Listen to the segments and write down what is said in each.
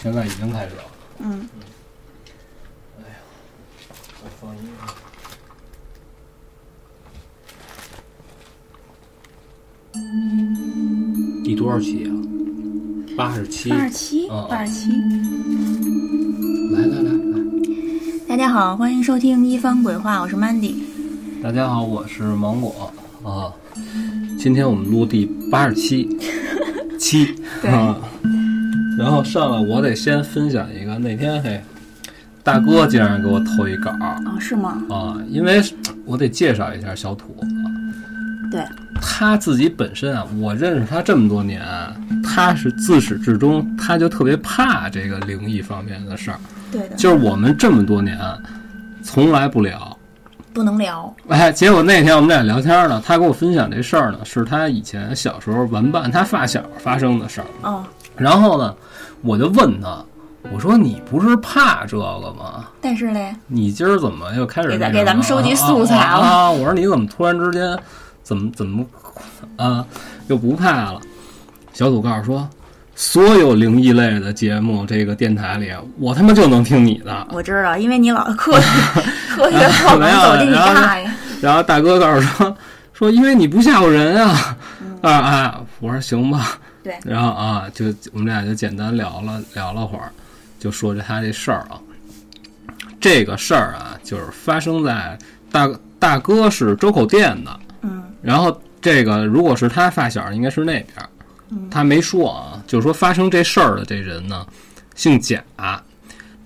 现在已经开始了。嗯，我放音乐。第多少期啊？八十七。八十七，哦八十七。来来来来，大家好，欢迎收听《一方鬼话》，我是 Mandy。大家好，我是芒果啊，今天我们录第八十 七七对啊。然后上来我得先分享一个，那天嘿，大哥竟然给我投一稿哦，是吗？啊，因为我得介绍一下小土啊，对，他自己本身啊，我认识他这么多年啊，他是自始至终他就特别怕这个灵异方面的事儿，对的，就是我们这么多年啊，从来不聊。不能聊。哎，结果那天我们俩聊天呢，他给我分享这事儿呢，是他以前小时候玩伴他发小发生的事儿。哦，然后呢，我就问他，我说你不是怕这个吗？但是嘞，你今儿怎么又开始给那咱什么给咱们收集素材了啊啊啊我说你怎么突然之间，怎么怎么啊，又不怕了？小组告诉说，所有灵异类的节目，这个电台里，我他妈就能听你的。我知道，因为你老科学 科学啊后没门有走进你然后大爷。然后大哥告诉说说，因为你不吓唬人啊啊啊！我说行吧，对然后啊，就我们俩就简单聊了聊了会儿，就说着他这事儿啊，这个事儿啊，就是发生在大大哥是周口店的，嗯然后这个如果是他发小，应该是那边儿，他没说啊，就是说发生这事儿的这人呢，姓贾。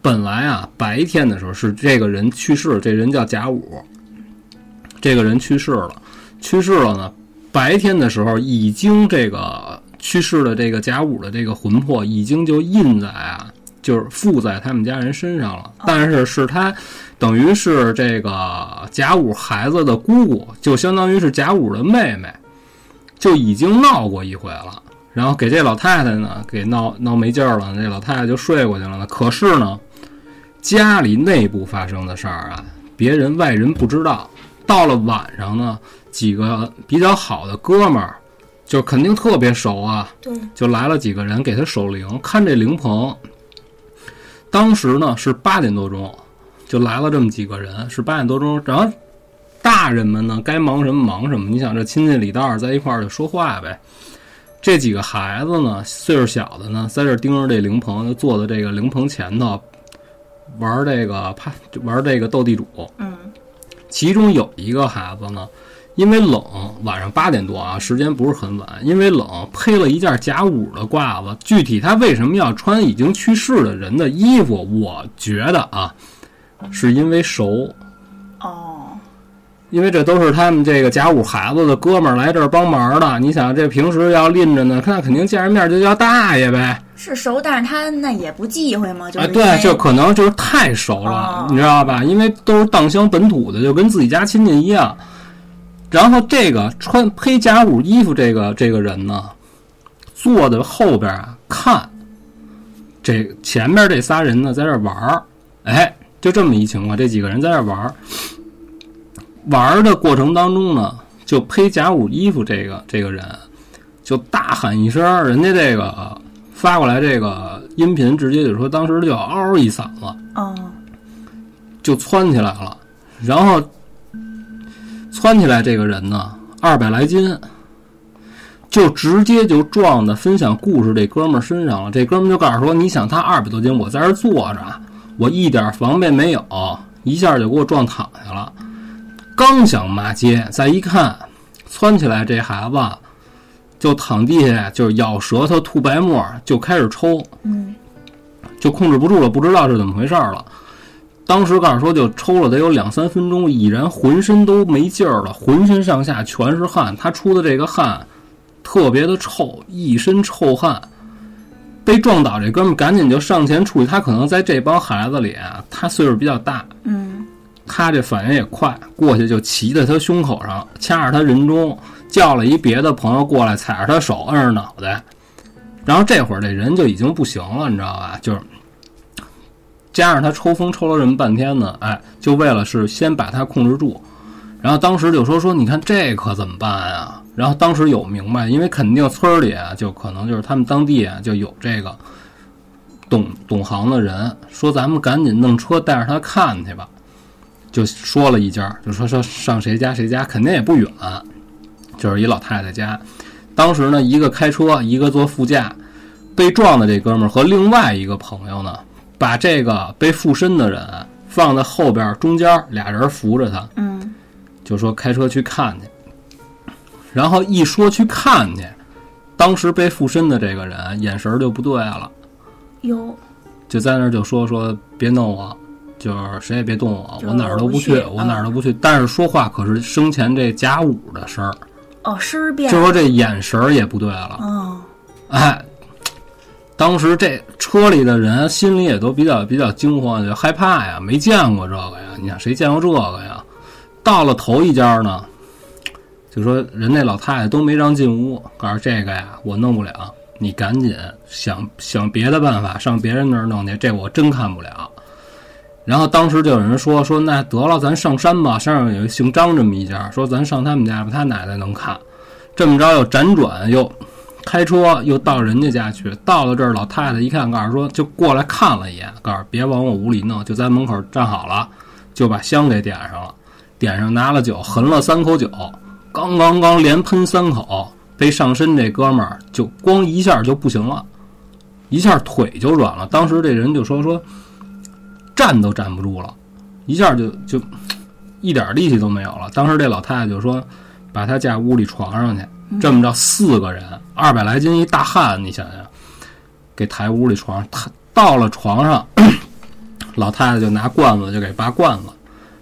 本来啊，白天的时候是这个人去世，这人叫贾武，这个人去世了，去世了呢，白天的时候已经这个去世的这个贾武的这个魂魄已经就印在啊，就是附在他们家人身上了，但是是他等于是这个贾武孩子的姑姑，就相当于是贾武的妹妹，就已经闹过一回了。然后给这老太太呢，给闹闹没劲儿了，这老太太就睡过去了呢。可是呢，家里内部发生的事儿啊，别人外人不知道。到了晚上呢，几个比较好的哥们儿，就肯定特别熟啊，对，就来了几个人给他守灵，看这灵棚。当时呢是八点多钟，就来了这么几个人，是八点多钟。然后大人们呢该忙什么忙什么，你想这亲戚里道儿在一块儿就说话呗。这几个孩子呢，岁数小的呢，在这儿盯着这灵棚，就坐在这个灵棚前头玩儿这个啪玩儿这个斗地主。嗯其中有一个孩子呢，因为冷，晚上八点多啊，时间不是很晚，因为冷披了一件甲午的褂子。具体他为什么要穿已经去世的人的衣服，我觉得啊，是因为熟，哦，因为这都是他们这个甲午孩子的哥们儿来这儿帮忙的。你想，这平时要拎着呢，那肯定见着面就叫大爷呗。是熟，但是他那也不忌讳嘛，就哎，是对，就啊就可能就是太熟了，哦你知道吧？因为都是荡乡本土的，就跟自己家亲戚一样。然后这个穿披甲午衣服这个这个人呢，坐在后边啊看，这前面这仨人呢在这玩儿，哎，就这么一情况，这几个人在这玩儿，玩儿的过程当中呢，就披甲午衣服这个这个人就大喊一声儿，人家这个发过来这个音频，直接就说当时就嗷嗷一嗓子哦，就窜起来了，然后窜起来这个人呢，二百来斤，就直接就撞到分享故事这哥们儿身上了。这哥们儿就告诉说，你想他二百多斤，我在这儿坐着，我一点防备没有，一下就给我撞躺下了。刚想骂街，再一看，窜起来这孩子就躺地下，就咬舌头、吐白沫，就开始抽。嗯，就控制不住了，不知道是怎么回事儿了。当时告诉说就抽了得有两三分钟，已然浑身都没劲儿了，浑身上下全是汗。他出的这个汗特别的臭，一身臭汗。被撞倒这哥们儿赶紧就上前处理，他可能在这帮孩子里啊，他岁数比较大，嗯，他这反应也快，过去就骑在他胸口上，掐着他人中，叫了一别的朋友过来，踩着他手，摁着脑袋。然后这会儿这人就已经不行了，你知道吧？就是加上他抽风抽了这么半天呢，哎，就为了是先把他控制住。然后当时就说说，你看这可怎么办啊？然后当时有明白，因为肯定村儿里啊，就可能就是他们当地啊就有这个懂懂行的人说咱们赶紧弄车带着他看去吧，就说了一家，就说说上谁家谁家，肯定也不远，就是一老太太家。当时呢，一个开车，一个坐副驾，被撞的这哥们儿和另外一个朋友呢，把这个被附身的人放在后边儿中间儿，俩人扶着他，嗯就说开车去看去。然后一说去看去，当时被附身的这个人眼神儿就不对了，哟，就在那儿就说说别弄我，就是谁也别动我，就是我哪儿都不我去，不去我哪儿都不去。但是说话可是生前这甲午的声儿，哦，声儿就变了，说这眼神儿也不对了。哦，哎，当时这车里的人心里也都比较比较惊慌，就害怕呀，没见过这个呀。你想谁见过这个呀？到了头一家呢，就说人那老太太都没让进屋，告诉这个呀我弄不了，你赶紧想想别的办法，上别人那儿弄去，这我真看不了。然后当时就有人说说那得了，咱上山吧，山上有一姓张这么一家，说咱上他们家吧，他奶奶能看。这么着又辗转又开车又到人家家去，到了这儿，老太太一看，告诉说就过来看了一眼，告诉别往我屋里弄，就在门口站好了，就把香给点上了，点上拿了酒，横了三口酒，刚刚刚连喷三口，被上身这哥们儿就光一下就不行了，一下腿就软了，当时这人就说说站都站不住了，一下就就一点力气都没有了。当时这老太太就说把他架屋里床上去。这么着四个人，二百来斤一大汉，你想想，给抬屋里床上，他到了床上，老太太就拿罐子就给拔罐子，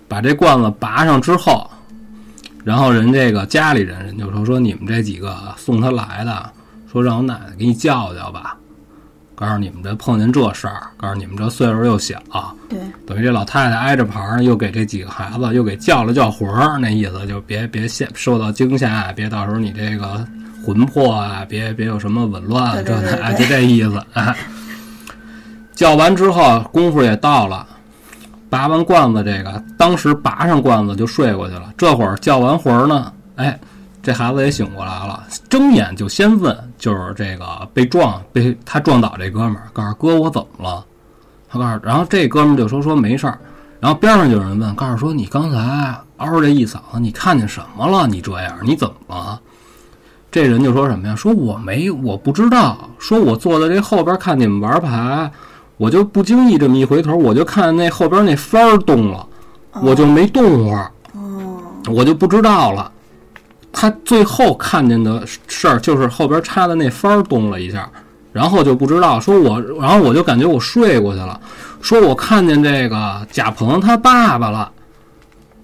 把这罐子拔上之后，然后人这个家里人人就说说你们这几个啊送他来的，说让我奶奶给你叫叫吧，告诉你们这碰见这事儿，告诉你们这岁数又小、对，等于这老太太挨着牌儿，又给这几个孩子又给叫了叫魂儿，那意思就别别吓受到惊吓，啊别到时候你这个魂魄啊，别别有什么紊乱啊，对对对这对哎就这意思。哎，叫完之后功夫也到了，拔完罐子这个，当时拔上罐子就睡过去了。这会儿叫完魂儿呢，哎，这孩子也醒过来了，睁眼就先问，就是这个被撞被他撞倒这哥们儿，告诉哥我怎么了？他告诉，然后这哥们儿就说说没事儿，然后边上就有人问，告诉说你刚才嗷这一嗓子，你看见什么了？你这样，你怎么了？这人就说什么呀？说我没，我不知道。说我坐在这后边看你们玩牌，我就不经意这么一回头，我就看那后边那幡儿动了，我就没动会儿，哦，我就不知道了。他最后看见的事儿就是后边插的那幡儿动了一下，然后就不知道。说我，然后我就感觉我睡过去了。说我看见这个贾鹏他爸爸了，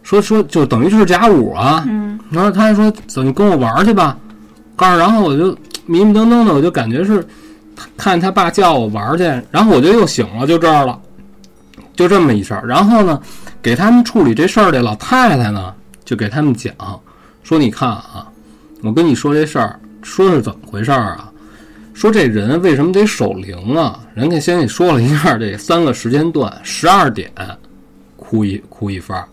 说说就等于是贾五啊。嗯，然后他还说走，你跟我玩儿去吧。告诉，然后我就迷迷瞪瞪的，我就感觉是他看他爸叫我玩儿去，然后我就又醒了，就这儿了，就这么一事儿。然后呢，给他们处理这事儿的老太太呢，就给他们讲说，你看啊，我跟你说这事儿，说是怎么回事儿啊？说这人为什么得守灵啊？人家先给说了一下这三个时间段：十二点哭一哭一番儿，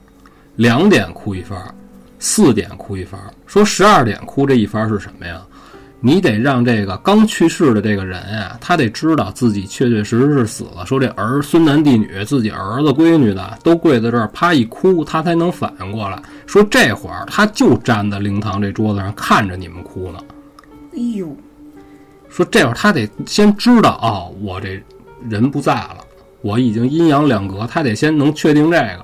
两点哭一番儿，四点哭一番儿。说十二点哭这一番儿是什么呀？你得让这个刚去世的这个人呀、他得知道自己确确实实是死了。说这儿孙男弟女，自己儿子闺女的都跪在这儿，啪一哭，他才能反应过来。说这会儿他就站在灵堂这桌子上看着你们哭呢。哎呦，说这会儿他得先知道啊、我这人不在了，我已经阴阳两隔，他得先能确定这个，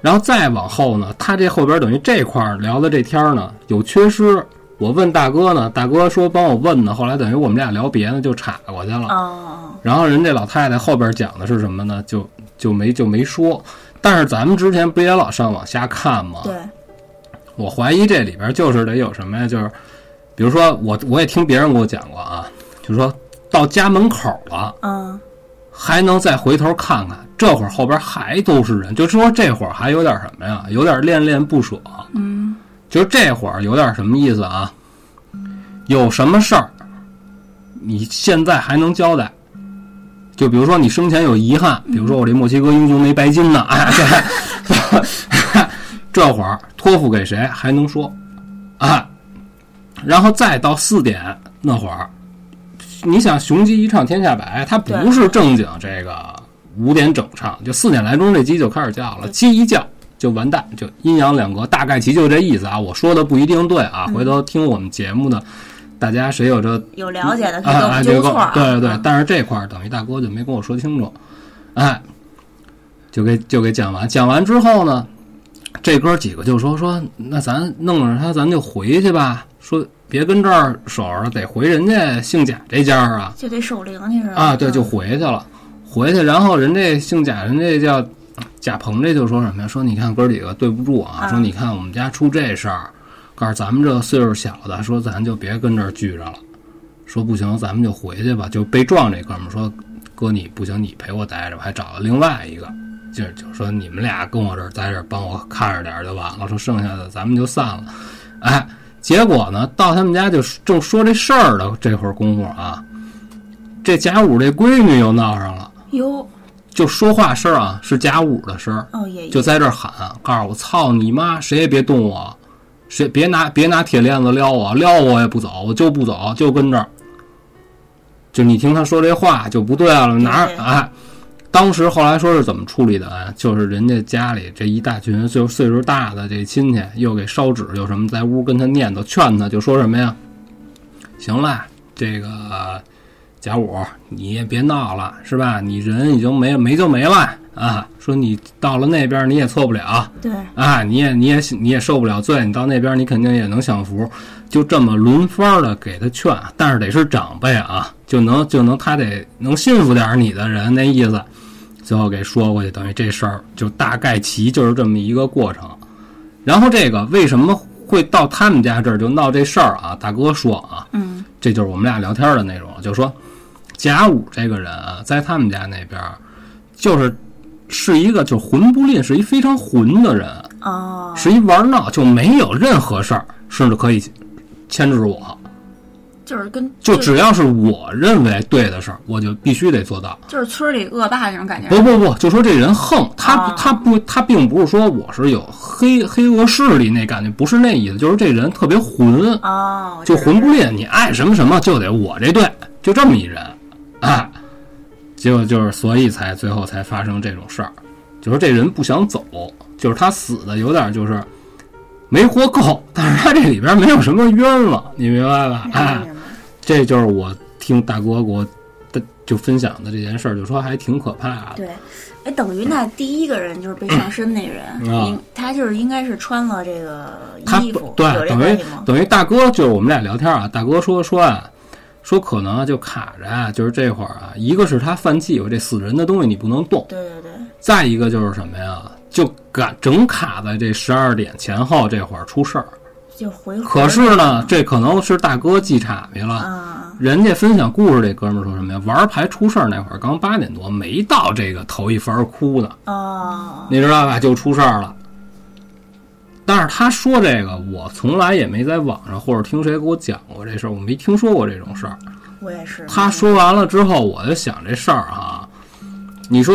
然后再往后呢，他这后边等于这块儿聊的这天儿呢有缺失，我问大哥呢，大哥说帮我问呢，后来等于我们俩聊别的就岔过去了。哦，然后人这老太太后边讲的是什么呢？就就没就没说。但是咱们之前不也老上网瞎看吗？对，我怀疑这里边就是得有什么呀，就是比如说我我也听别人给我讲过啊，就是说到家门口了，嗯，还能再回头看看，这会儿后边还都是人，就是说这会儿还有点什么呀，有点恋恋不舍，嗯，就是这会儿有点什么意思啊？有什么事儿，你现在还能交代？就比如说你生前有遗憾，比如说我这墨西哥英雄没白金呢，哎， 这这会儿托付给谁还能说啊？然后再到四点那会儿，你想雄鸡一唱天下白，它不对是正经这个五点整唱，就四点来钟这鸡就开始叫了，鸡一叫就完蛋，就阴阳两隔，大概其就这意思啊。我说的不一定对啊，回头听我们节目的大家谁有这有了解的可以啊给我啊们这纠个错啊。对对对嗯，但是这块儿等于大哥就没跟我说清楚，哎，就给就给讲完，讲完之后呢，这哥几个就说说那咱弄着他，咱就回去吧，说别跟这儿守着了，得回人家姓贾这家儿啊就得守灵去是吧？啊，对，嗯就回去了，回去，然后人这姓贾，人这叫贾鹏，这就说什么呀？说你看哥几个对不住啊，啊说你看我们家出这事儿，告诉咱们这岁数小的，说咱就别跟这儿聚着了，说不行，咱们就回去吧。就被撞这哥们儿说，哥你不行，你陪我待着吧，还找了另外一个。就是就说你们俩跟我这儿在这儿帮我看着点儿就完了，说剩下的咱们就散了。哎，结果呢，到他们家就正说这事儿的这会儿功夫啊，这贾五这闺女又闹上了，哟就说话声儿啊是贾五的声儿，哦也就在这儿喊，告诉我操你妈，谁也别动我，谁别拿别拿铁链子撩我，撩我也不走，我就不走，就跟这儿。就你听他说这话就不对了，哪儿对哎？当时后来说是怎么处理的啊？就是人家家里这一大群岁数岁数大的这亲戚又给烧纸又什么，在屋跟他念叨劝他，就说什么呀？行了，这个贾五，你也别闹了，是吧？你人已经没没就没了啊！说你到了那边你也错不了对啊，你也你也你也受不了罪，你到那边你肯定也能享福。就这么轮番的给他劝，但是得是长辈啊，就能就能他得能信服点你的人那意思。最后给说过去，等于这事儿就大概其就是这么一个过程。然后这个为什么会到他们家这儿就闹这事儿啊？大哥说啊，嗯这就是我们俩聊天的内容，就说贾武这个人啊，在他们家那边儿，就是是一个就是混不吝，是一非常混的人，啊哦是一玩闹，就没有任何事儿是可以牵制我，就是跟就只要是我认为对的事儿，我就必须得做到。就是村里恶霸那种感觉。不不不，就说这人横，他啊他不他并不是说我是有黑黑恶势力那感觉，不是那意思，就是这人特别混。哦，就魂魂不吝，你爱什么什么就得我这队，就这么一人，哎，结果就是所以才最后才发生这种事儿，就是这人不想走，就是他死的有点就是没活够，但是他这里边没有什么冤枉，你明白吧？哎，嗯这就是我听大哥给我的就分享的这件事儿，就说还挺可怕的，对，哎，等于那第一个人就是被上身那人，嗯啊应他就是应该是穿了这个他衣不服，对有，这等关于系吗？等于大哥就是我们俩聊天啊，大哥说说啊，说可能啊就卡着啊，就是这会儿啊，一个是他犯忌讳这死人的东西你不能动，对对对，再一个就是什么呀，就赶整卡在这十二点前后这会儿出事儿。就回魂可是呢，这可能是大哥记岔去了。啊，人家分享故事这哥们儿说什么呀？玩牌出事儿那会儿刚八点多，没到这个头一番哭呢，哦，你知道啊吧？就出事儿了。但是他说这个，我从来也没在网上或者听谁给我讲过这事儿，我没听说过这种事儿。我也是。嗯他说完了之后，我就想这事儿哈，你说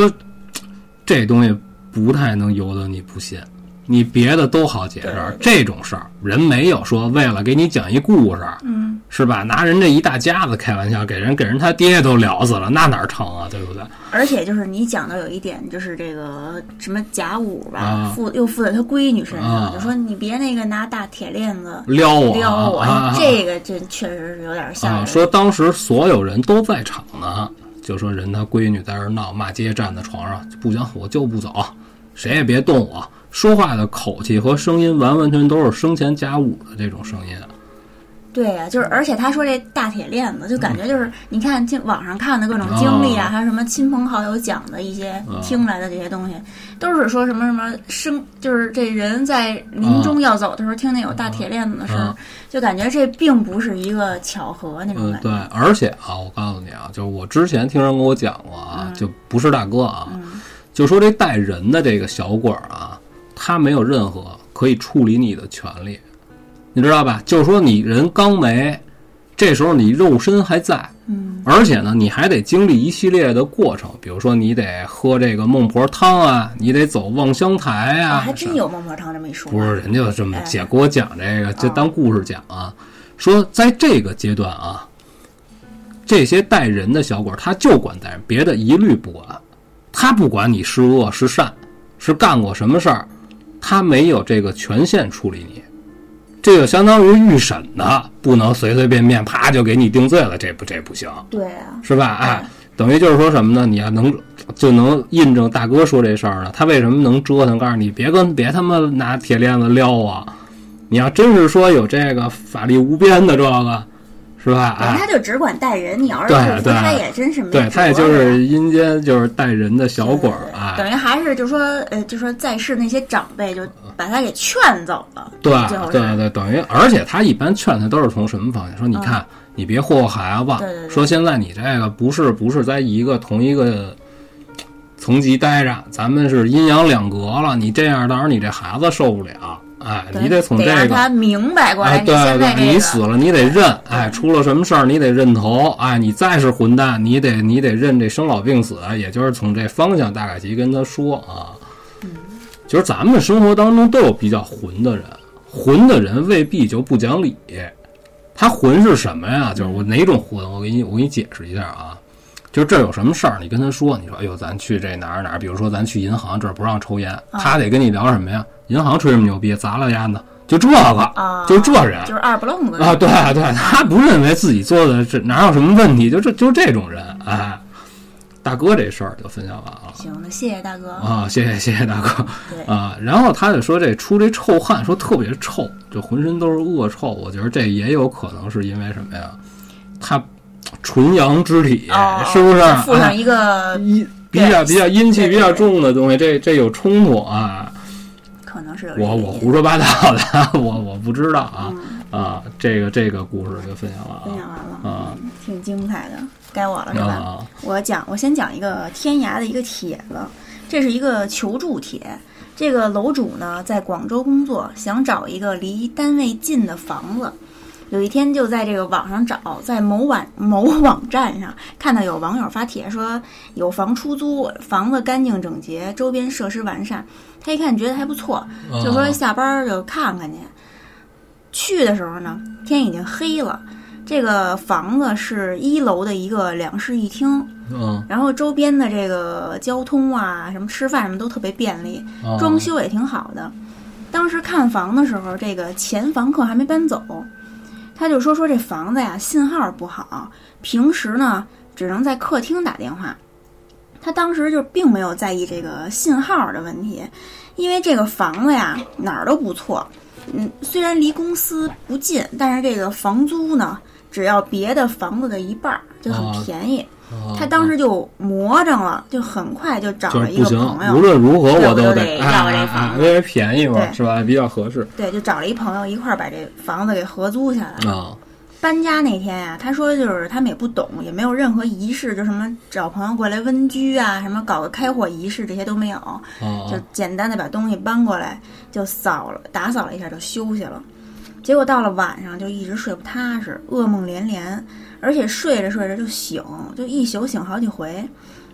这东西不太能由得你不信，你别的都好解释，这种事儿人没有说为了给你讲一故事，嗯，是吧？拿人这一大家子开玩笑，给人给人他爹都聊死了，那哪儿成啊？对不对？而且就是你讲到有一点，就是这个什么贾五吧，啊附又附在他闺女身上，啊就说你别那个拿大铁链子撩我啊，撩我，啊、这个这确实是有点吓人。啊，说当时所有人都在场呢，就说人他闺女在这儿闹，骂街站在床上，不行，我就不走，谁也别动我。说话的口气和声音完完全都是生前贾武的这种声音，对呀、就是嗯而且他说这大铁链子，就感觉就是、你看听网上看的各种经历啊，哦还有什么亲朋好友讲的一些、嗯听来的这些东西，都是说什么什么生，就是这人在临哦终要走的时候，听见有大铁链子的声，嗯就感觉这并不是一个巧合那种嗯感，觉。对，而且啊，我告诉你啊，就是我之前听人跟我讲过啊，嗯就不是大哥啊，就说这带人的这个小鬼儿啊，他没有任何可以处理你的权利，你知道吧？就是说你人刚没，这时候你肉身还在，嗯，而且呢，你还得经历一系列的过程，比如说你得喝这个孟婆汤啊，你得走望乡台啊啊，还真有孟婆汤这么一说。不是，人家这么哎姐给我讲这个，就当故事讲啊，说在这个阶段啊，这些带人的小鬼儿，他就管带人，别的一律不管。他不管你是恶是善，是干过什么事儿，他没有这个权限处理你。这个相当于预审的，不能随随便便啪就给你定罪了，这不这不行。对啊，是吧？哎，等于就是说什么呢？你要能就能印证大哥说这事儿了。他为什么能折腾？告诉你，别跟别他妈拿铁链子撩啊！你要真是说有这个法力无边的这个，是吧？人哎，家就只管带人，你要是对不服，对他也真是没辙对呀。他也就是阴间就是带人的小鬼儿啊，哎等于还是就说呃，就说在世那些长辈嗯就把他给劝走了。对就是对对，等于而且他一般劝他都是从什么方向？说你看，你别祸祸孩子，嗯对对对说现在你这个不是不是在一个同一个层级待着，咱们是阴阳两隔了，你这样到时候你这孩子受不了，哎，对你得从这让个。他明白过哎，来，对你现对，在这个你死了你得认，哎，出了什么事儿你得认头，哎，你再是混蛋，你得你得认这生老病死，也就是从这方向大概其跟他说啊。嗯其实咱们生活当中都有比较混的人，混的人未必就不讲理。他混是什么呀？就是我哪种混？我给你我给你解释一下啊。就是这有什么事儿，你跟他说，你说，哎呦，咱去这哪儿哪儿，比如说咱去银行，这儿不让抽烟，啊他得跟你聊什么呀？银行吹什么牛逼，砸了烟的，就这个，啊，就这人就是二不愣子啊，对对，他不认为自己做的这哪有什么问题，就这就这种人，哎，大哥这事儿就分享完了。行，那谢谢大哥。啊，谢谢谢谢大哥对啊。然后他就说这出这臭汗，说特别臭，就浑身都是恶臭。我觉得这也有可能是因为什么呀？他纯阳之体、哦，是不是？附上啊一个一比对较比较阴气对对比较重的东西，这这有冲突啊！可能是有这我个我意思胡说八道的， 我我不知道啊嗯啊！这个这个故事就分享分完了享完了，嗯啊挺精彩的，该我了是吧？啊我讲，我先讲一个天涯的一个帖子，这是一个求助帖。这个楼主呢在广州工作，想找一个离单位近的房子。有一天就在这个网上找，在某网 某网站上看到有网友发帖说有房出租，房子干净整洁，周边设施完善。他一看觉得还不错，啊！就说下班儿就看看去。去的时候呢，天已经黑了。这个房子是一楼的一个两室一厅，嗯然后周边的这个交通啊，什么吃饭什么都特别便利，啊装修也挺好的。当时看房的时候，这个前房客还没搬走，他就说说这房子呀信号不好，平时呢只能在客厅打电话。他当时就并没有在意这个信号的问题，因为这个房子呀哪儿都不错，嗯，虽然离公司不近，但是这个房租呢只要别的房子的一半儿，就很啊便宜。啊他当时就魔怔了，就很快就找就是了一不个行朋，无友，论如何对我我都都得得哎要这哎房哎子因为便宜嘛，对是吧？比较合适对，就找了一朋友一块儿把这房子给合租下来。啊搬家那天呀、他说就是他们也不懂，也没有任何仪式，就什么找朋友过来温居啊，什么搞个开火仪式，这些都没有。就啊简单的把东西搬过来，就扫了打扫了一下就休息了。结果到了晚上就一直睡不踏实，噩梦连连，而且睡着睡着就醒，就一宿醒好几回。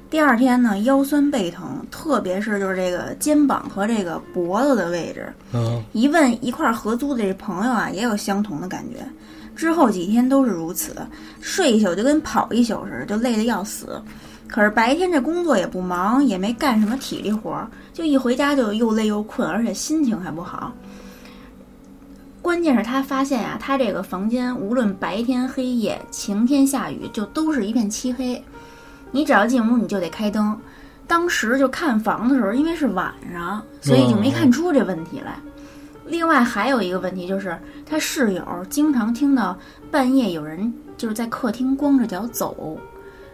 第二天呢，腰酸背疼，特别是就是这个肩膀和这个脖子的位置。啊！一问一块儿合租的这朋友啊，也有相同的感觉。之后几天都是如此，睡一宿就跟跑一宿似的，就累得要死。可是白天这工作也不忙，也没干什么体力活儿，就一回家就又累又困，而且心情还不好。关键是他发现呀、他这个房间无论白天黑夜、晴天下雨，就都是一片漆黑。你只要进屋，你就得开灯。当时就看房的时候，因为是晚上，所以就没看出这问题来。另外还有一个问题就是，他室友经常听到半夜有人就是在客厅光着脚走，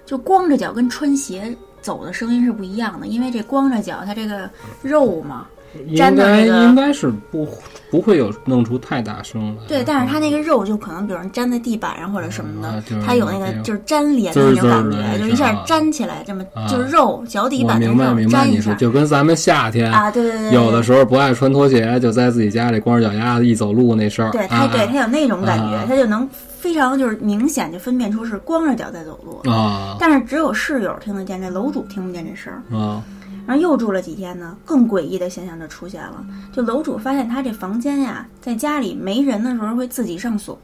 就光着脚跟穿鞋走的声音是不一样的，因为这光着脚它这个肉嘛，应粘到该那个应该是不不会有弄出太大声来。对，但是它那个肉就可能，比如粘在地板上或者什么啊的嗯就是，它有那那个个就是粘连的那种感滋儿滋儿的觉，就那一下种啊粘起来，这么啊就是肉脚底我板那明白肉明白粘你一说，下就跟咱们夏天啊，对对对，有的对时候不爱穿拖鞋，就在自己家里光着脚丫子一走路那事儿。对它啊对它有那种感啊觉，它就能非常就是明显就分辨出是光着脚在走路，啊但是只有室友听得见，这楼主听不见这声儿。啊然后又住了几天呢，更诡异的现象就出现了。就楼主发现他这房间呀，在家里没人的时候会自己上锁，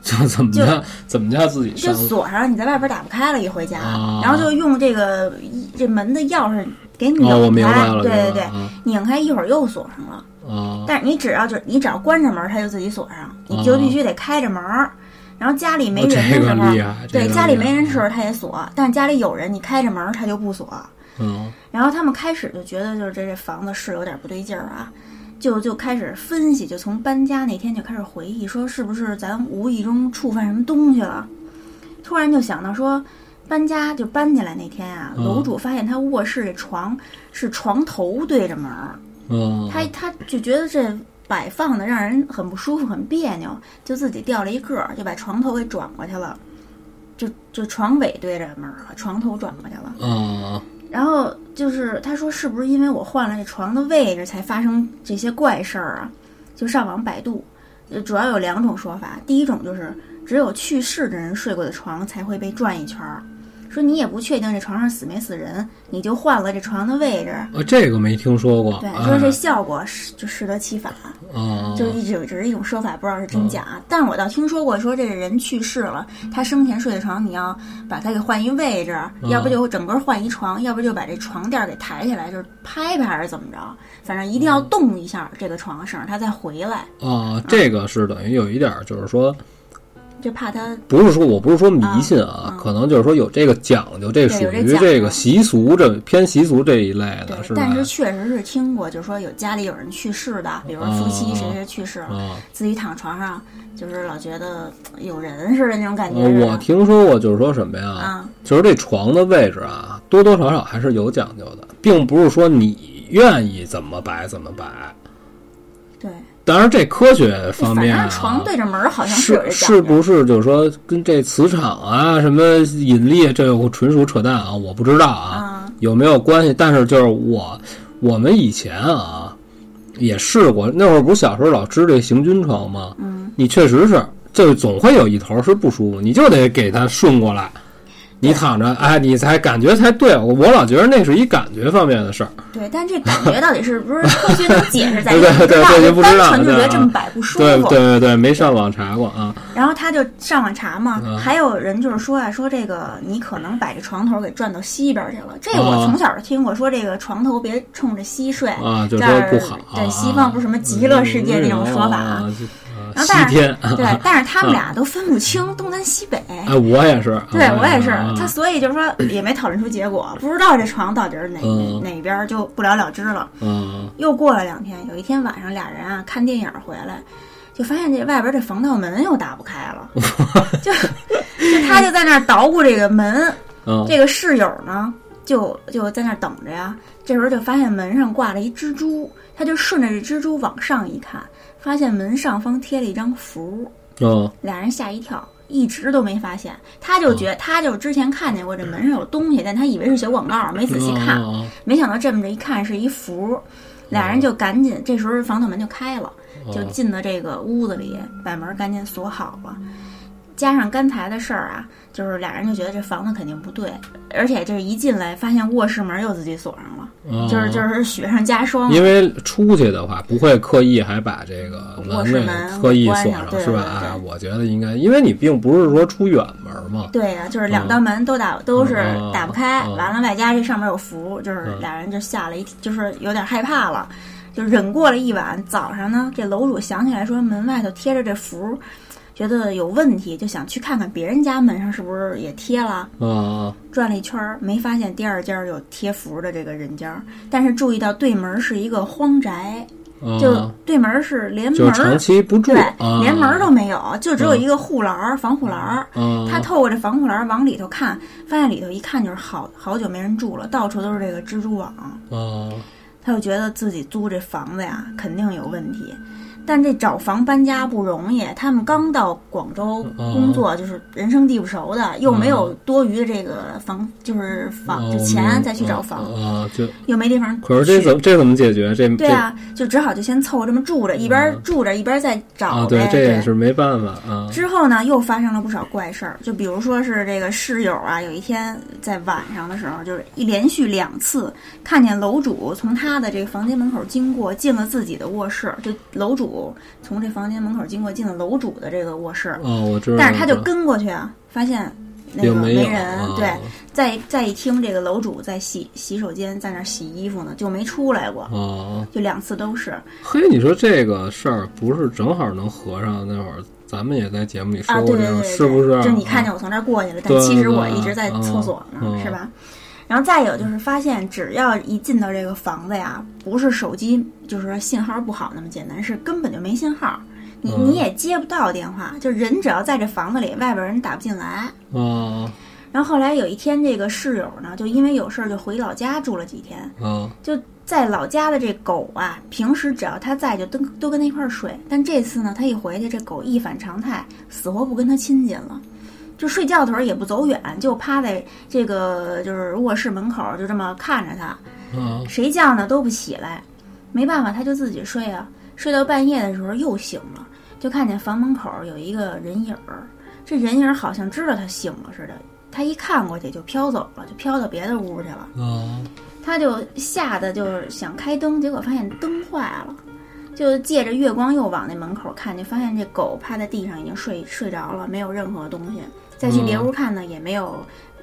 就怎么着怎么叫自己就上锁上，你在外边打不开了，一回家，啊然后就用这个这门的钥匙给你拧开，哦，我明白了，对对对，啊拧开一会儿又锁上了。啊但是你只要就是你只要关上门，它就自己锁上，你就必须得开着门儿。然后家里没哦人这的时个候，厉害，这对个家里厉害没人的时候它也锁，但是家里有人，你开着门儿它就不锁。嗯然后他们开始就觉得就是这这房子是有点不对劲儿啊，就就开始分析，就从搬家那天就开始回忆，说是不是咱无意中触犯什么东西了？突然就想到说，搬家就搬进来那天啊，嗯楼主发现他卧室这床是床头对着门儿，嗯，他他就觉得这摆放的让人很不舒服，很别扭，就自己掉了一个儿，就把床头给转过去了，就就床尾对着门儿了，床头转过去了。啊然后就是他说是不是因为我换了这床的位置才发生这些怪事儿啊？就上网百度，呃主要有两种说法。第一种就是只有去世的人睡过的床才会被转一圈儿，说你也不确定这床上死没死人，你就换了这床的位置。呃这个没听说过，对，哎说这效果是就适得其反，啊就一直只是一种说法，不知道是真假。啊但我倒听说过，说这个人去世了，他生前睡的床，你要把他给换一位置，嗯要不就整个换一床，要不就把这床垫给抬起来，就是拍拍还是怎么着，反正一定要嗯动一下这个床，省着他再回来，啊，这个是等于有一点儿就是说，就怕他不是说我不是说迷信啊，可能就是说有这个讲究，这对属有这于讲这究个习俗这偏习俗这一类对的，。是吧但？是确实是听过，就是说有家里有人去世的，比如说夫妻嗯谁谁去世了，啊，自己躺床上就是老觉得有人似的那种感觉呃似的。我听说过，就是说什么呀？啊，就是这床的位置啊，多多少少还是有讲究的，并不是说你愿意怎么摆怎么摆。对，当然，这科学方反面啊正，床对着门儿好像有是这讲是究。不是就是说跟这磁场啊、什么引力，这个纯属扯淡啊，我不知道啊、有没有关系。但是就是我我们以前啊也试过，那会儿不是小时候老织这行军床吗？嗯，你确实是，就总会有一头是不舒服，你就得给它顺过来。你躺着，哎，你才感觉才对。我我老觉得那是一感觉方面的事儿。对，但这感觉到底是不是科学能解释咱 对也不对知对道，对就不知单道纯就觉对得啊这么摆不舒对对服。对对，没上网查过啊。然后他就上网查嘛，嗯还有人就是说啊，说这个你可能把这床头给转到西边去了。这我啊从小就听过，说这个床头别冲着西睡，啊，嗯就这说儿不好。对，西方不是什么极乐世界那种说法啊。啊，然后西但是天。啊 对，但是嗯他们俩都分不清东南西北。哎，我也是，对啊我也是，啊他所以就是说也没讨论出结果，不知道这床到底是哪嗯哪边儿，就不了了之了。嗯又过了两天，有一天晚上，俩人啊看电影回来，就发现这外边这防盗门又打不开了，就就他就在那儿捣鼓这个门，嗯，这个室友呢就就在那儿等着呀。这时候就发现门上挂了一蜘蛛，他就顺着这蜘蛛往上一看，发现门上方贴了一张符，嗯俩人吓一跳。一直都没发现，他就觉他就之前看见过这门上有东西，但他以为是小广告，没仔细看。嗯没想到这么着一看是一符，俩人就赶紧，这时候防盗门就开了，啊嗯就进了这个屋子里，把门赶紧锁好了。加上刚才的事儿啊，就是俩人就觉得这房子肯定不对，而且这一进来发现卧室门又自己锁上了，嗯就是就是雪上加霜。啊因为出去的话，不会刻意还把这个卧门室给门刻意关锁上上，对是吧？对对啊，我觉得应该，因为你并不是说出远门嘛，对呀、就是两道门都打、都是打不开，嗯嗯嗯完了外加这上面有符，就是嗯俩人就吓了一，就是有点害怕了，就忍过了一晚。早上呢，这楼主想起来说门外头贴着这符，觉得有问题，就想去看看别人家门上是不是也贴了。啊转了一圈儿，没发现第二家有贴符的这个人家，但是注意到对门是一个荒宅，啊，就对门是连门就儿长期不住对，啊连门儿都没有，就嗯只有一个护栏儿、防护栏儿。啊他透过这防护栏往里头看，发现里头一看就是好好久没人住了，到处都是这个蜘蛛网。啊他就觉得自己租这房子呀肯定有问题，但这找房搬家不容易，他们刚到广州嗯工作，就是人生地不熟的，又没有多余的这个房，就是房啊就我钱明再去找房，啊，啊就又没地方去。可是这怎么这怎么解决？这对这啊，就只好就先凑合这么住着，一边住着一边再啊，找呗。对，这也是没办法啊之后呢，又发生了不少怪事儿，就比如说是这个室友啊，有一天在晚上的时候，就是一连续两次看见楼主从他的这个房间门口经过，进了自己的卧室，就楼主主从这房间门口经过，进了楼主的这个卧室，哦，我知道了。但是他就跟过去啊，发现那个并没有人，啊对，再再一听这个楼主在洗洗手间，在那儿洗衣服呢，就没出来过，哦，就两次都是嘿，你说这个事儿不是正好能合上？那会儿咱们也在节目里说啊，过对这对个，对，是不是？就你看见我从这儿过去了，但对其实对我一直在厕所呢，嗯是吧？然后再有就是发现，只要一进到这个房子呀，不是手机就是说信号不好那么简单，是根本就没信号，你嗯你也接不到电话，就人只要在这房子里，外边人打不进来。啊啊然后后来有一天，这个室友呢，就因为有事儿就回老家住了几天。啊就在老家的这狗啊，平时只要它在就都都跟它一块儿睡，但这次呢，它一回去，这狗一反常态，死活不跟它亲近了。就睡觉的时候也不走远，就趴在这个就是卧室门口，就这么看着它，啊！谁叫呢都不起来，没办法，他就自己睡啊。睡到半夜的时候又醒了，就看见房门口有一个人影儿，这人影儿好像知道他醒了似的，他一看过去就飘走了，就飘到别的屋去了。啊他就吓得就是想开灯，结果发现灯坏了，就借着月光又往那门口看，就发现这狗趴在地上已经睡睡着了，没有任何东西。再去别屋看呢，也没有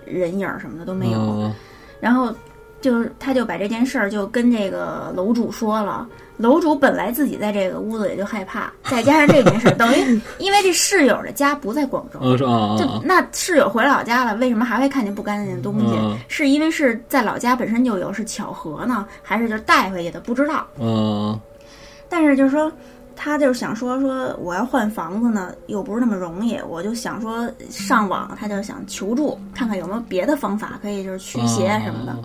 人影儿什么的都没有。啊然后就是他就把这件事儿就跟这个楼主说了。楼主本来自己在这个屋子里就害怕，再加上这件事儿，等于因为这室友的家不在广州，啊是啊啊就啊！那室友回老家了，为什么还会看见不干净的东西？嗯是因为是在老家本身就有，是巧合呢，还是就带回去的？不知道。啊但是就是说，他就是想说说我要换房子呢，又不是那么容易，我就想说上网，他就想求助，看看有没有别的方法可以就是驱邪嗯什么的。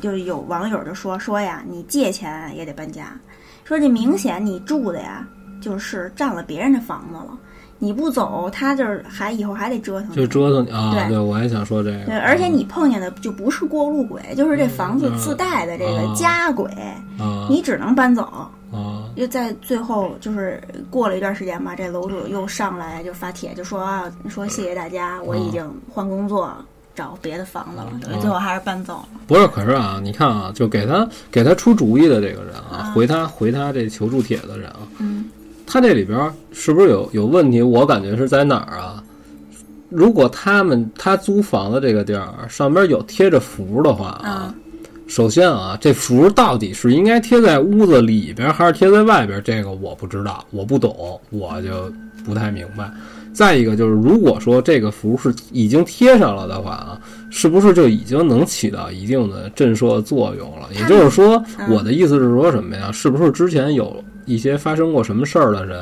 就是有网友就说说呀，你借钱也得搬家，说这明显你住的呀，就是占了别人的房子了，你不走，他就是还以后还得折腾你。就折腾你啊！对对，我也想说这个。对，而且你碰见的就不是过路鬼，就是这房子自带的这个家鬼，嗯啊你只能搬走。啊又在最后就是过了一段时间吧，这楼主又上来就发帖，就说啊，说谢谢大家，我已经换工作，找别的房子啊了，等于最后还是搬走了。不是，可是啊，你看啊，就给他给他出主意的这个人啊，回他回他这求助帖的人啊，嗯，他这里边儿是不是有有问题？我感觉是在哪儿啊？如果他们他租房的这个地儿上边有贴着符的话啊，首先啊，这符到底是应该贴在屋子里边儿还是贴在外边儿？这个我不知道，我不懂，我就不太明白。再一个就是，如果说这个符是已经贴上了的话啊，是不是就已经能起到一定的震慑作用了？也就是说，我的意思是说什么呀？是不是之前有一些发生过什么事儿的人，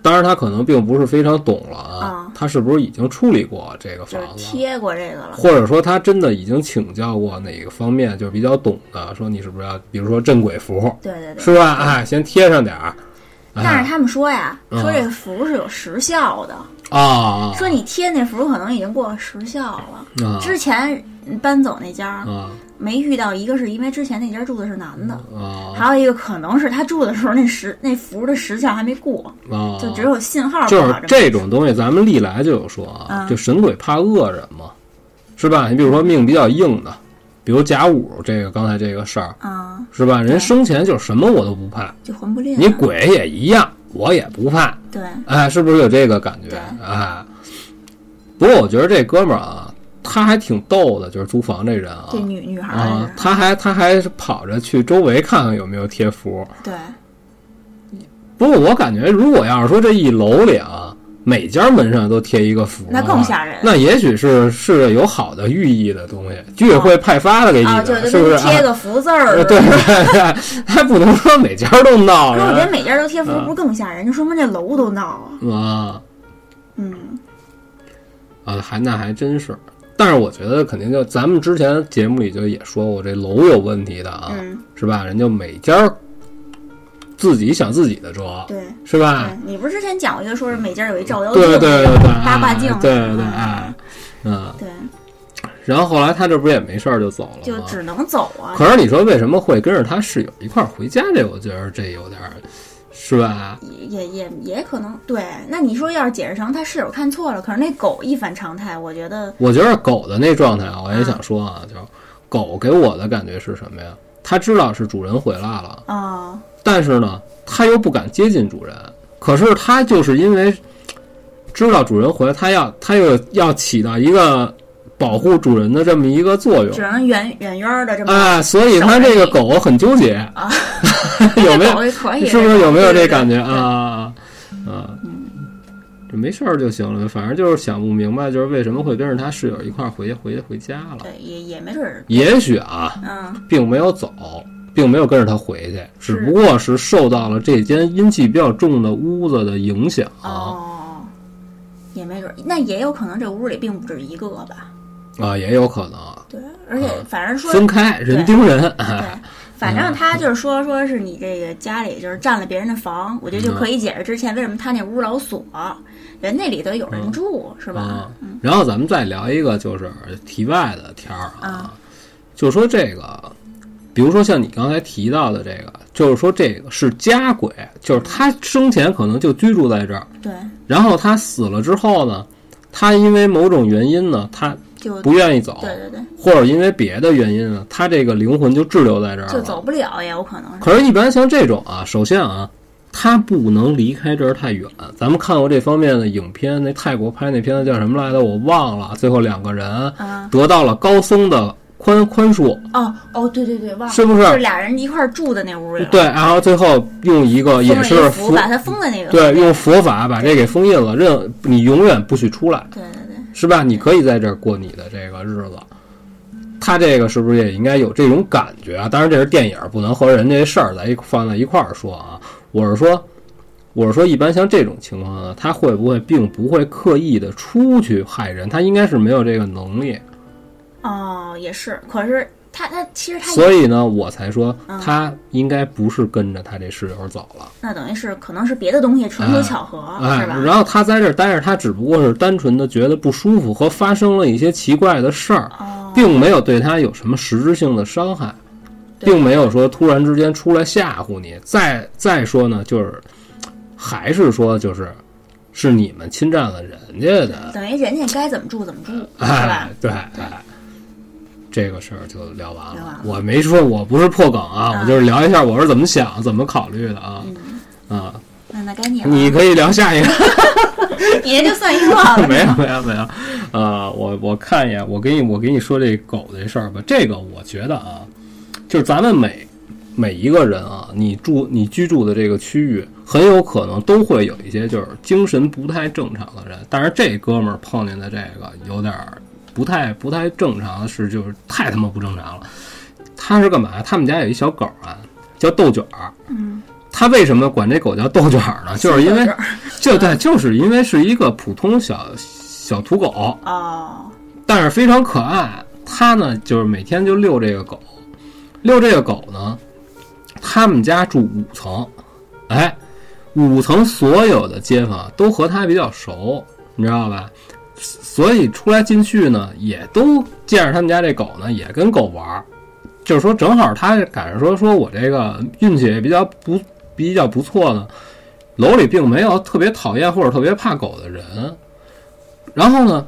当然他可能并不是非常懂了啊啊，他是不是已经处理过这个就房是子？贴过这个了。或者说他真的已经请教过哪个方面就是比较懂的，说你是不是要，比如说镇鬼符，对对对。是吧？哎，先贴上点儿。哎但是他们说呀，嗯说这个符是有时效的，啊，说你贴那符可能已经过时效了。啊之前搬走那家啊没遇到，一个是因为之前那家住的是男的，啊还有一个可能是他住的时候那时那符的时效还没过，啊！就只有信号不就好是这种东西，咱们历来就有说啊，啊就神鬼怕恶人嘛，是吧？你比如说命比较硬的，比如甲午这个刚才这个事儿，啊，是吧？人生前就什么我都不怕，就魂不吝啊。你鬼也一样，我也不怕，对，哎，是不是有这个感觉？对哎，不过我觉得这哥们儿啊，他还挺逗的，就是租房这人啊这，女女孩啊儿，他还他还是跑着去周围看看有没有贴符。是对，不过我感觉，如果要是说这一楼里啊，每家门上都贴一个符，那更吓人那也许是是有好的寓意的东西，居委会派发的给你啊，的，就是不跟是？贴个福字儿啊似对的。对对，还不能说每家都闹可是我觉得着每家都贴符不是更吓人，就说明这楼都闹啊。啊嗯，啊，还那还真是。但是我觉得肯定就咱们之前节目里就也说过，这楼有问题的啊，嗯是吧？人就每家自己想自己的辙，对。是吧？对你不是之前讲过，就说是每家有一照妖镜，啊对对对对，八卦镜哎对对对，嗯哎，嗯。对，然后后来他这不是也没事儿就走了就吗？只能走啊。可是你说为什么会跟着他室友一块儿回家？这我觉得这有点儿，是吧？也也也也可能对，那你说要是解释成他室友看错了，可是那狗一反常态，我觉得我觉得狗的那状态啊，嗯我也想说啊，就是狗给我的感觉是什么呀？它知道是主人回来了，啊、但是呢，他又不敢接近主人。可是他就是因为知道主人回来，他要他又要起到一个保护主人的这么一个作用只，能远远远的这么哎，所以他这个狗很纠结，啊，有 没有这狗也可以是不是有没有这感觉？对对对啊？啊，这没事儿就行了，反正就是想不明白，就是为什么会跟着他室友一块儿回回回家了。对，也也没准儿，也许啊，嗯，并没有走，并没有跟着他回去，只不过是受到了这间阴气比较重的屋子的影响。哦，也没准儿，那也有可能这屋里并不止一个吧？啊，也有可能对，而啊且反正说分开人盯人，啊对，反嗯正他就是说，说是你这个家里就是占了别人的房，我觉嗯得就可以解释之前为什么他那屋老锁，人那里头有人住，是吧啊？，然后咱们再聊一个就是题外的天儿嗯啊，就说这个，比如说像你刚才提到的这个，就是说这个是家鬼，就是他生前可能就居住在这儿，对，然后他死了之后呢，他因为某种原因呢，他就对不愿意走，对对，或者因为别的原因啊，他这个灵魂就滞留在这儿就了。走不了也有可能是。可是，一般像这种啊，首先啊，他不能离开这儿太远。咱们看过这方面的影片，那泰国拍那片子叫什么来着？我忘了。最后两个人啊得到了高僧的宽宽恕，哦哦，对对对，忘了，是不是就是俩人一块儿住的那屋里了，对，然后最后用一个也封了是一符佛，把他封在那个，对，用佛法把这给封印了，任你永远不许出来，对对对，是吧？你可以在这儿过你的这个日子。他这个是不是也应该有这种感觉啊？当然，这是电影，不能和人这事儿在一放在一块儿说啊。我是说，我是说，一般像这种情况呢，他会不会并不会刻意的出去害人？他应该是没有这个能力，哦也是，可是他他其实他所以呢，我才说嗯他应该不是跟着他这室友走了，那等于是可能是别的东西，纯属巧合，哎啊是，吧？然后他在这儿待着，他只不过是单纯的觉得不舒服和发生了一些奇怪的事儿，哦，并没有对他有什么实质性的伤害，对并没有说突然之间出来吓唬你。再再说呢，就是还是说就是是你们侵占了人家的，等于人家该怎么住怎么住，是吧哎？，对，哎，这个事儿就聊完聊了完了。我没说我不是破梗啊，我就是聊一下我是怎么想、怎么考虑的啊。嗯啊，那那该你了，你可以聊下一个。，你这就算一个 了没有没有没有，呃，我我看一眼，我给你我给你说这狗这事儿吧。这个我觉得啊，就是咱们每每一个人啊，你住你居住的这个区域，很有可能都会有一些就是精神不太正常的人。但是这哥们儿碰见的这个有点儿不太不太正常，是就是太他妈不正常了。他是干嘛？他们家有一小狗啊，叫豆卷儿。嗯，他为什么管这狗叫豆卷儿呢？就是因为就对，就是因为是一个普通小小土狗，哦，但是非常可爱。它呢，就是每天就遛这个狗，遛这个狗呢，他们家住五层，哎，五层所有的街坊都和它比较熟，你知道吧？所以出来进去呢，也都见着他们家这狗呢，也跟狗玩儿。就是说，正好他赶上说说我这个运气也比较不比较不错呢，楼里并没有特别讨厌或者特别怕狗的人。然后呢，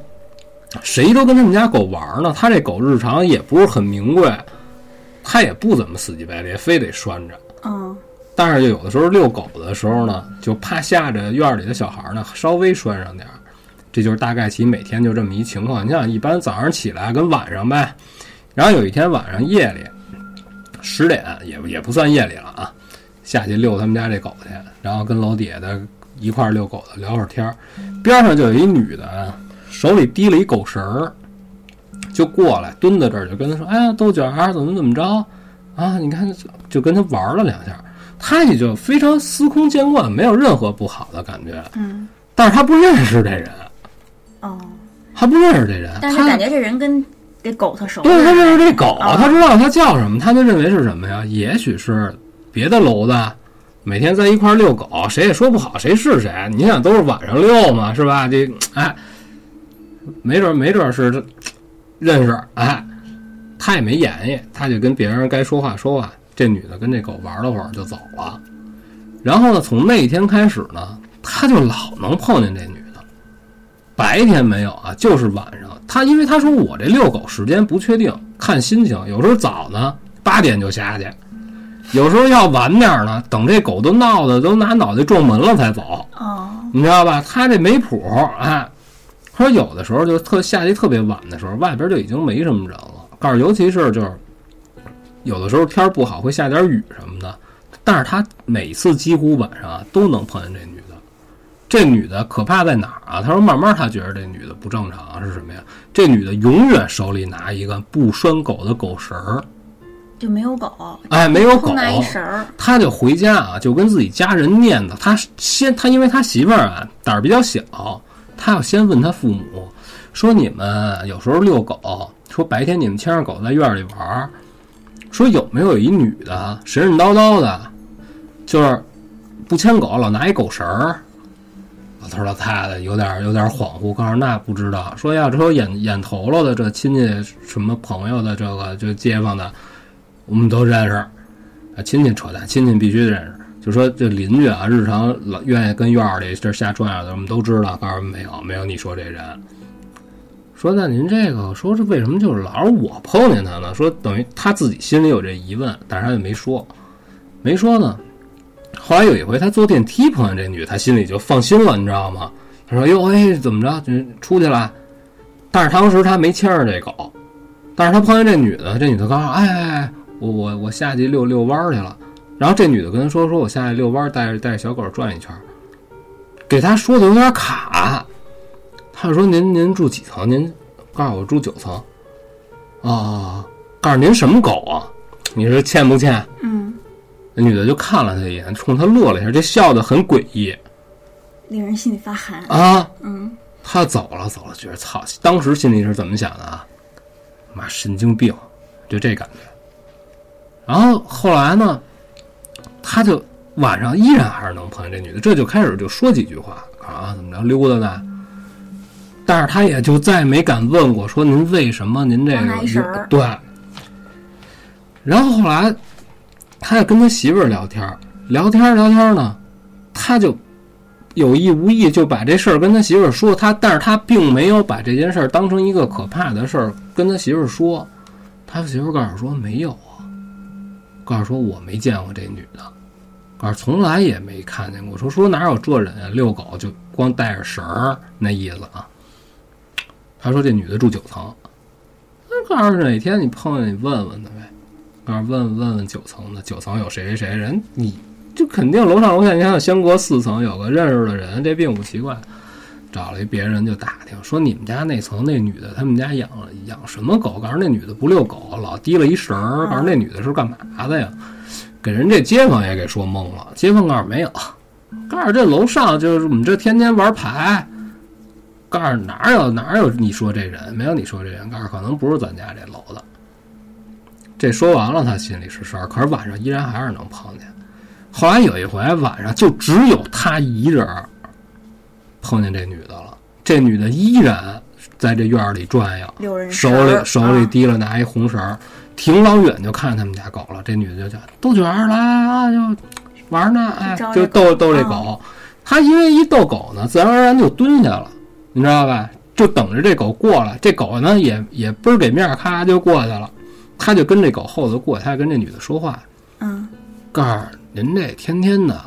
谁都跟他们家狗玩儿呢，他这狗日常也不是很名贵，他也不怎么死乞白赖，非得拴着。嗯，但是就有的时候遛狗的时候呢，就怕吓着院儿里的小孩儿呢，稍微拴上点儿。这就是大概其每天就这么一情况。你想，一般早上起来跟晚上呗，然后有一天晚上夜里十点也也不算夜里了啊，下去遛他们家这狗去，然后跟楼底下的一块儿遛狗的聊会儿天儿，边上就有一女的，手里提了一狗绳儿，就过来蹲在这儿，就跟他说：“哎呀，豆卷儿怎么怎么着啊？你看，就就跟他玩了两下。”他也就非常司空见惯，没有任何不好的感觉。嗯，但是他不认识这人，哦，他不认识这人，但是他感觉这人跟这狗特熟对他似的，认识这狗，啊他知道它叫什么，他就认为是什么呀？也许是别的楼的，每天在一块儿遛狗，谁也说不好谁是谁。你想都是晚上遛嘛，是吧？这哎，没准儿没准儿是认识哎，他也没演绎，他就跟别人该说话说话。这女的跟这狗玩了会儿就走了，然后呢，从那一天开始呢，他就老能碰见这女的。白天没有啊，就是晚上。他因为他说我这遛狗时间不确定，看心情，有时候早呢八点就下去，有时候要晚点儿呢，等这狗都闹的都拿脑袋撞门了才走，哦，你知道吧？他这没谱儿，哎。他说有的时候就特下去特别晚的时候，外边就已经没什么人了。告诉尤其是就是有的时候天儿不好会下点雨什么的，但是他每次几乎晚上啊都能碰见这女的。这女的可怕在哪儿啊？他说慢慢他觉得这女的不正常啊是什么呀？这女的永远手里拿一个不拴狗的狗绳儿，就没有狗，哎，没有狗空，那一绳儿，他就回家啊，就跟自己家人念叨，他先他因为他媳妇儿啊胆儿比较小，他要先问他父母，说你们有时候遛狗，说白天你们牵着狗在院里玩儿，说有没有一女的神神叨叨的，就是不牵狗老拿一狗绳儿。老头儿老太太有点有点恍惚，告诉那不知道，说要说眼眼头了的这亲戚什么朋友的这个这街坊的，我们都认识，啊，亲戚扯淡，亲戚必须认识。就说这邻居啊，日常老愿意跟院儿里这瞎转悠的，我们都知道。告诉没有，没有你说这人。说那您这个，说这为什么就是老是我碰见他呢？说等于他自己心里有这疑问，但是他就没说，没说呢。后来有一回他坐电梯碰见这女，他心里就放心了，你知道吗？他说：“哟，哎，怎么着，就出去了？”但是当时他没牵着这狗，但是他碰见这女的，这女的刚说：“哎哎哎，我我我下去遛遛弯儿去了。然后这女的跟他说：“说我下去遛弯儿，带着带着小狗转一圈儿。”给他说的有点卡，他就说：“您您住几层？您告诉我住九层。啊，告诉您什么狗啊？你说欠不欠？”嗯，那女的就看了他一眼，冲他乐了一下，这笑得很诡异令人心里发寒。啊。嗯，他走了，走了，觉得操，当时心里是怎么想的啊？妈，神经病，就这感觉。然后后来呢，他就晚上依然还是能碰见这女的，这就开始就说几句话啊，怎么着溜达呢？但是他也就再没敢问过，说您为什么您这往哪一神个儿对。然后后来，他就跟他媳妇儿聊天儿，聊天儿聊天儿呢，他就有意无意就把这事儿跟他媳妇儿说，他但是他并没有把这件事儿当成一个可怕的事儿跟他媳妇儿说，他媳妇儿告诉说没有啊，告诉说我没见过这女的，告诉从来也没看见过，说说哪有这人啊，遛狗就光带着绳儿那意思啊。他说这女的住九层，那告诉哪天你碰见你问问她呗，告诉问问问九层的，九层有谁谁谁人你就肯定楼上楼下，你看相隔四层，有个认识的人，这并不奇怪。找了一别人就打听，说你们家那层那女的，他们家养养什么狗？告诉那女的不遛狗，老提了一绳儿。告诉那女的是干嘛的呀？给人这街坊也给说懵了。街坊告诉没有，告诉这楼上就是我们这天天玩牌。告诉哪有哪有你说这人没有你说这人，告诉可能不是咱家这楼的。这说完了，他心里是事儿，可是晚上依然还是能碰见。后来有一回晚上，就只有他一人儿碰见这女的了。这女的依然在这院儿里转悠，六人手绳儿里手里啊提了拿一红绳儿，挺老远就看见他们家狗了。这女的就叫逗卷儿来啊，就玩儿呢，哎去招，这就逗逗这狗啊狗。他因为一逗狗呢，自然而然就蹲下了，你知道吧？就等着这狗过来。这狗呢也也倍儿给面儿，咔就过去了。他就跟这狗后头过，他就跟这女的说话。嗯，告诉您这天天的，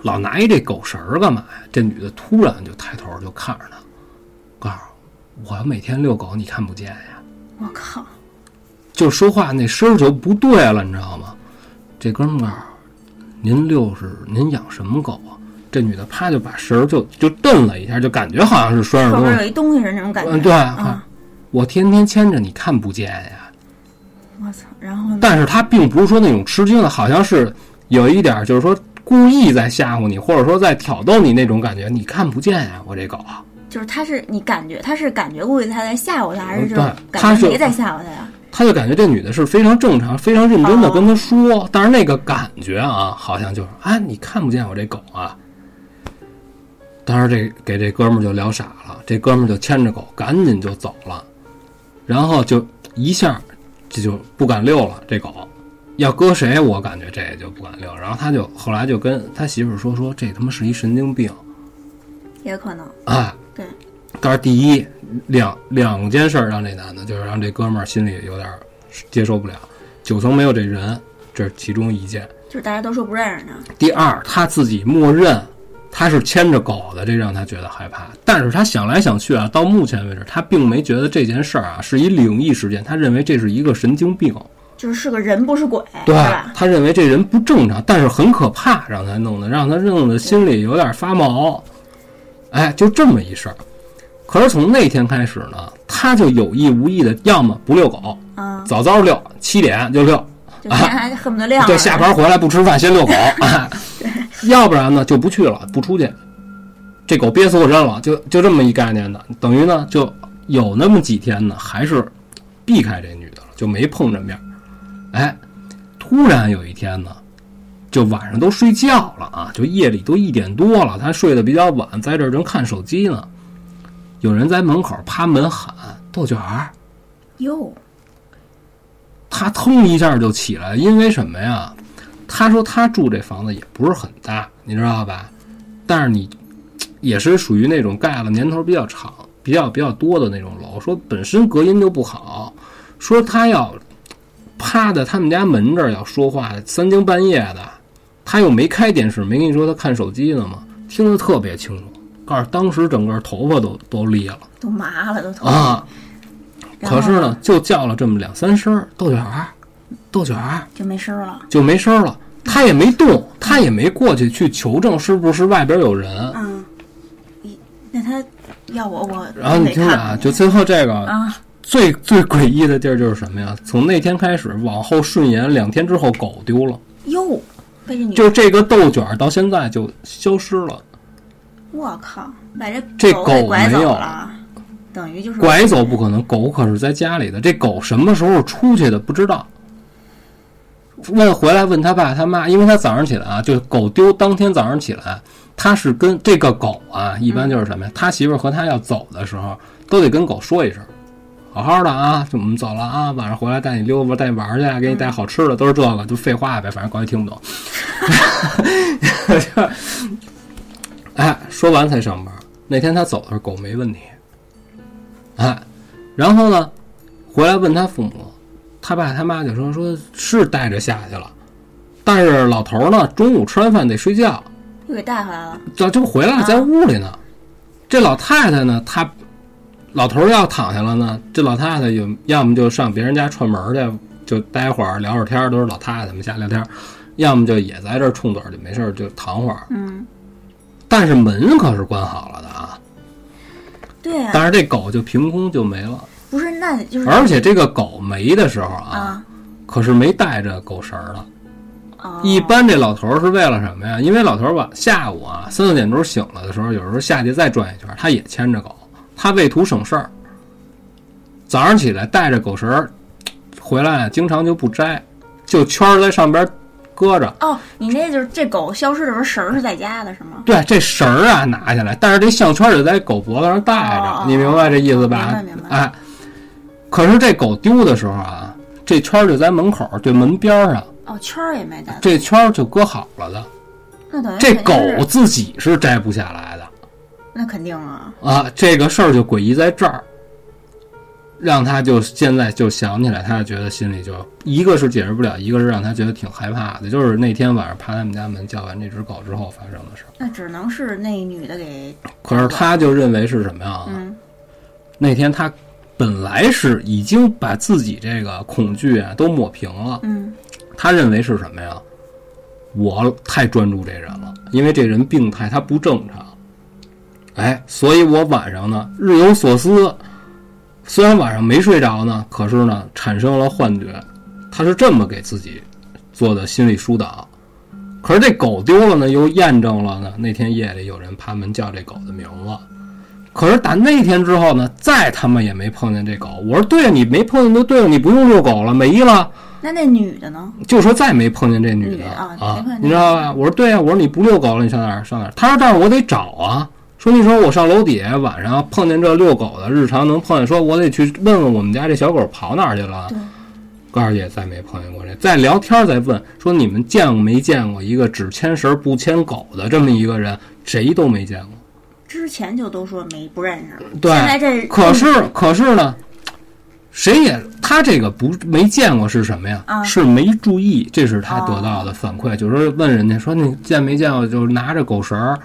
老拿一这狗绳儿干嘛呀？这女的突然就抬头就看着他，告诉我要每天遛狗，你看不见呀？我靠，就说话那声儿就不对了，你知道吗？这哥们儿告诉您遛是您养什么狗啊？这女的啪就把绳儿就就蹬了一下，就感觉好像是拴着东后边西。有一东西人那种感觉。嗯，对，啊，我天天牵着你看不见呀。我操，然后呢？但是他并不是说那种吃惊的，好像是有一点儿就是说故意在吓唬你，或者说在挑逗你那种感觉。你看不见呀、我这狗。啊就是他是你感觉他是感觉故意他在吓唬他，还是嗯就对是他感是觉没在吓唬他呀？他就感觉这女的是非常正常、非常认真的哦跟他说，但是那个感觉啊，好像就是啊，你看不见我这狗啊。当时这给这哥们儿就聊傻了，这哥们儿就牵着狗赶紧就走了，然后就一下这就不敢遛了。这狗要搁谁，我感觉这也就不敢遛。然后他就后来就跟他媳妇儿说说，这他妈是一神经病也可能，啊！对，但是第一两两件事儿让这男的，就是让这哥们儿心里有点儿接受不了。九层没有这人，这是其中一件。就是大家都说不认识呢。第二，他自己默认他是牵着狗的，这让他觉得害怕。但是他想来想去啊，到目前为止，他并没觉得这件事儿啊是一灵异事件，他认为这是一个神经病，就是是个人不是鬼，对是吧？他认为这人不正常，但是很可怕，让他弄得让他弄得心里有点发毛。哎，就这么一事儿。可是从那天开始呢，他就有意无意的，要么不遛狗，啊，早早遛，七点就遛，就天还恨不得亮了。 对，下班回来不吃饭，先遛狗，哎要不然呢就不去了，不出去。这狗憋死我认了，就就这么一概念的，等于呢就有那么几天呢，还是避开这女的了，就没碰着面儿。哎，突然有一天呢，就晚上都睡觉了啊，就夜里都一点多了，他睡得比较晚，在这儿正看手机呢，有人在门口趴门喊豆卷儿，哟，他腾一下就起来，因为什么呀？他说他住这房子也不是很大，你知道吧？但是你也是属于那种盖了年头比较长、比较比较多的那种楼，说本身隔音就不好，说他要趴在他们家门这儿要说话，三更半夜的，他又没开电视，没跟你说他看手机呢吗？听得特别清楚，告诉当时整个头发都都裂了都麻了，都疼。啊！然后可是呢，就叫了这么两三声儿豆卷儿，豆卷儿就没声儿了。就没声儿了。他也没动，他也没过去去求证是不是外边有人。嗯，一那他要我我然后你得听着啊，看就最后这个啊，最最诡异的地儿就是什么呀？从那天开始往后顺延两天之后，狗丢了，哟，被这女，就这个豆卷儿到现在就消失了，我靠，把这这狗狗给拐走没有了，等于就是拐走不可能，狗可是在家里的。这狗什么时候出去的不知道。问回来问他爸他妈，因为他早上起来啊，就狗丢当天早上起来，他是跟这个狗啊，一般就是什嗯么呀？他媳妇儿和他要走的时候，都得跟狗说一声，好好的啊，就我们走了啊，晚上回来带你溜达，带你玩儿去啊，给你带嗯好吃的，都是这个，就废话呗，反正狗也听不 懂。 哎，说完才上班。那天他走的时候，狗没问题。哎，然后呢，回来问他父母，他爸他妈就说说是带着下去了，但是老头儿呢，中午吃完饭得睡觉，又给带回来了。这这不回来了，在屋里呢。这老太太呢，她老头儿要躺下了呢，这老太太有要么就上别人家串门儿去，就待会儿聊会儿天儿，都是老太太们瞎聊天儿；要么就也在这儿冲盹儿，就没事儿就躺会儿。嗯，但是门可是关好了的啊，对呀、但是这狗就凭空就没了，不是，那就是而且这个狗没的时候啊，啊可是没带着狗绳儿的。哦，一般这老头儿是为了什么呀？因为老头儿吧，下午啊三四点钟醒了的时候，有时候下去再转一圈，他也牵着狗，他为图省事儿。早上起来带着狗绳儿回来，经常就不摘，就圈儿在上边搁着。哦，你那就是这狗消失的时候绳儿是在家的是吗？对，这绳儿啊拿下来，但是这项圈儿得在狗脖子上戴着，哦你明白这意思吧？明白明白哎，可是这狗丢的时候啊，这圈儿就在门口儿，这门边儿上，哦，圈儿也没带，这圈儿就搁好了的。那等于这嗯肯定狗是自己是摘不下来的那肯定啊，啊，这个事儿就诡异在这儿，让他就现在就想起来，他就觉得心里就一个是解释不了，一个是让他觉得挺害怕的，就是那天晚上爬他们家门叫完这只狗之后发生的事儿。那只能是那女的给可是他就认为是什么呀？嗯那天他本来是已经把自己这个恐惧啊都抹平了，嗯他认为是什么呀？我太专注这人了，因为这人病态，他不正常。哎，所以我晚上呢日有所思，虽然晚上没睡着呢，可是呢产生了幻觉，他是这么给自己做的心理疏导。可是这狗丢了呢，又验证了呢，那天夜里有人趴门叫这狗的名字。可是打那天之后呢，再他妈也没碰见这狗。我说对啊，你没碰见就对了，你不用遛狗了，没了。那那女的呢？就说再没碰见这女的女的嗯啊没啊碰见，你知道吧？我说对呀、我说你不遛狗了，你上哪儿上哪儿？他说但是我得找啊。说你说我上楼底下晚上碰见这遛狗的，日常能碰见，说我得去问问我们家这小狗跑哪儿去了对。告诉也再没碰见过这，再聊天儿再问说你们见过没见过一个只牵绳儿不牵狗的这么一个人，谁都没见过。之前就都说没不认识了，对现在这嗯可是可是呢，谁也他这个不没见过是什么呀？啊哦是没注意，这是他得到的反馈，就是说问人家说你见没见过，就是拿着狗绳儿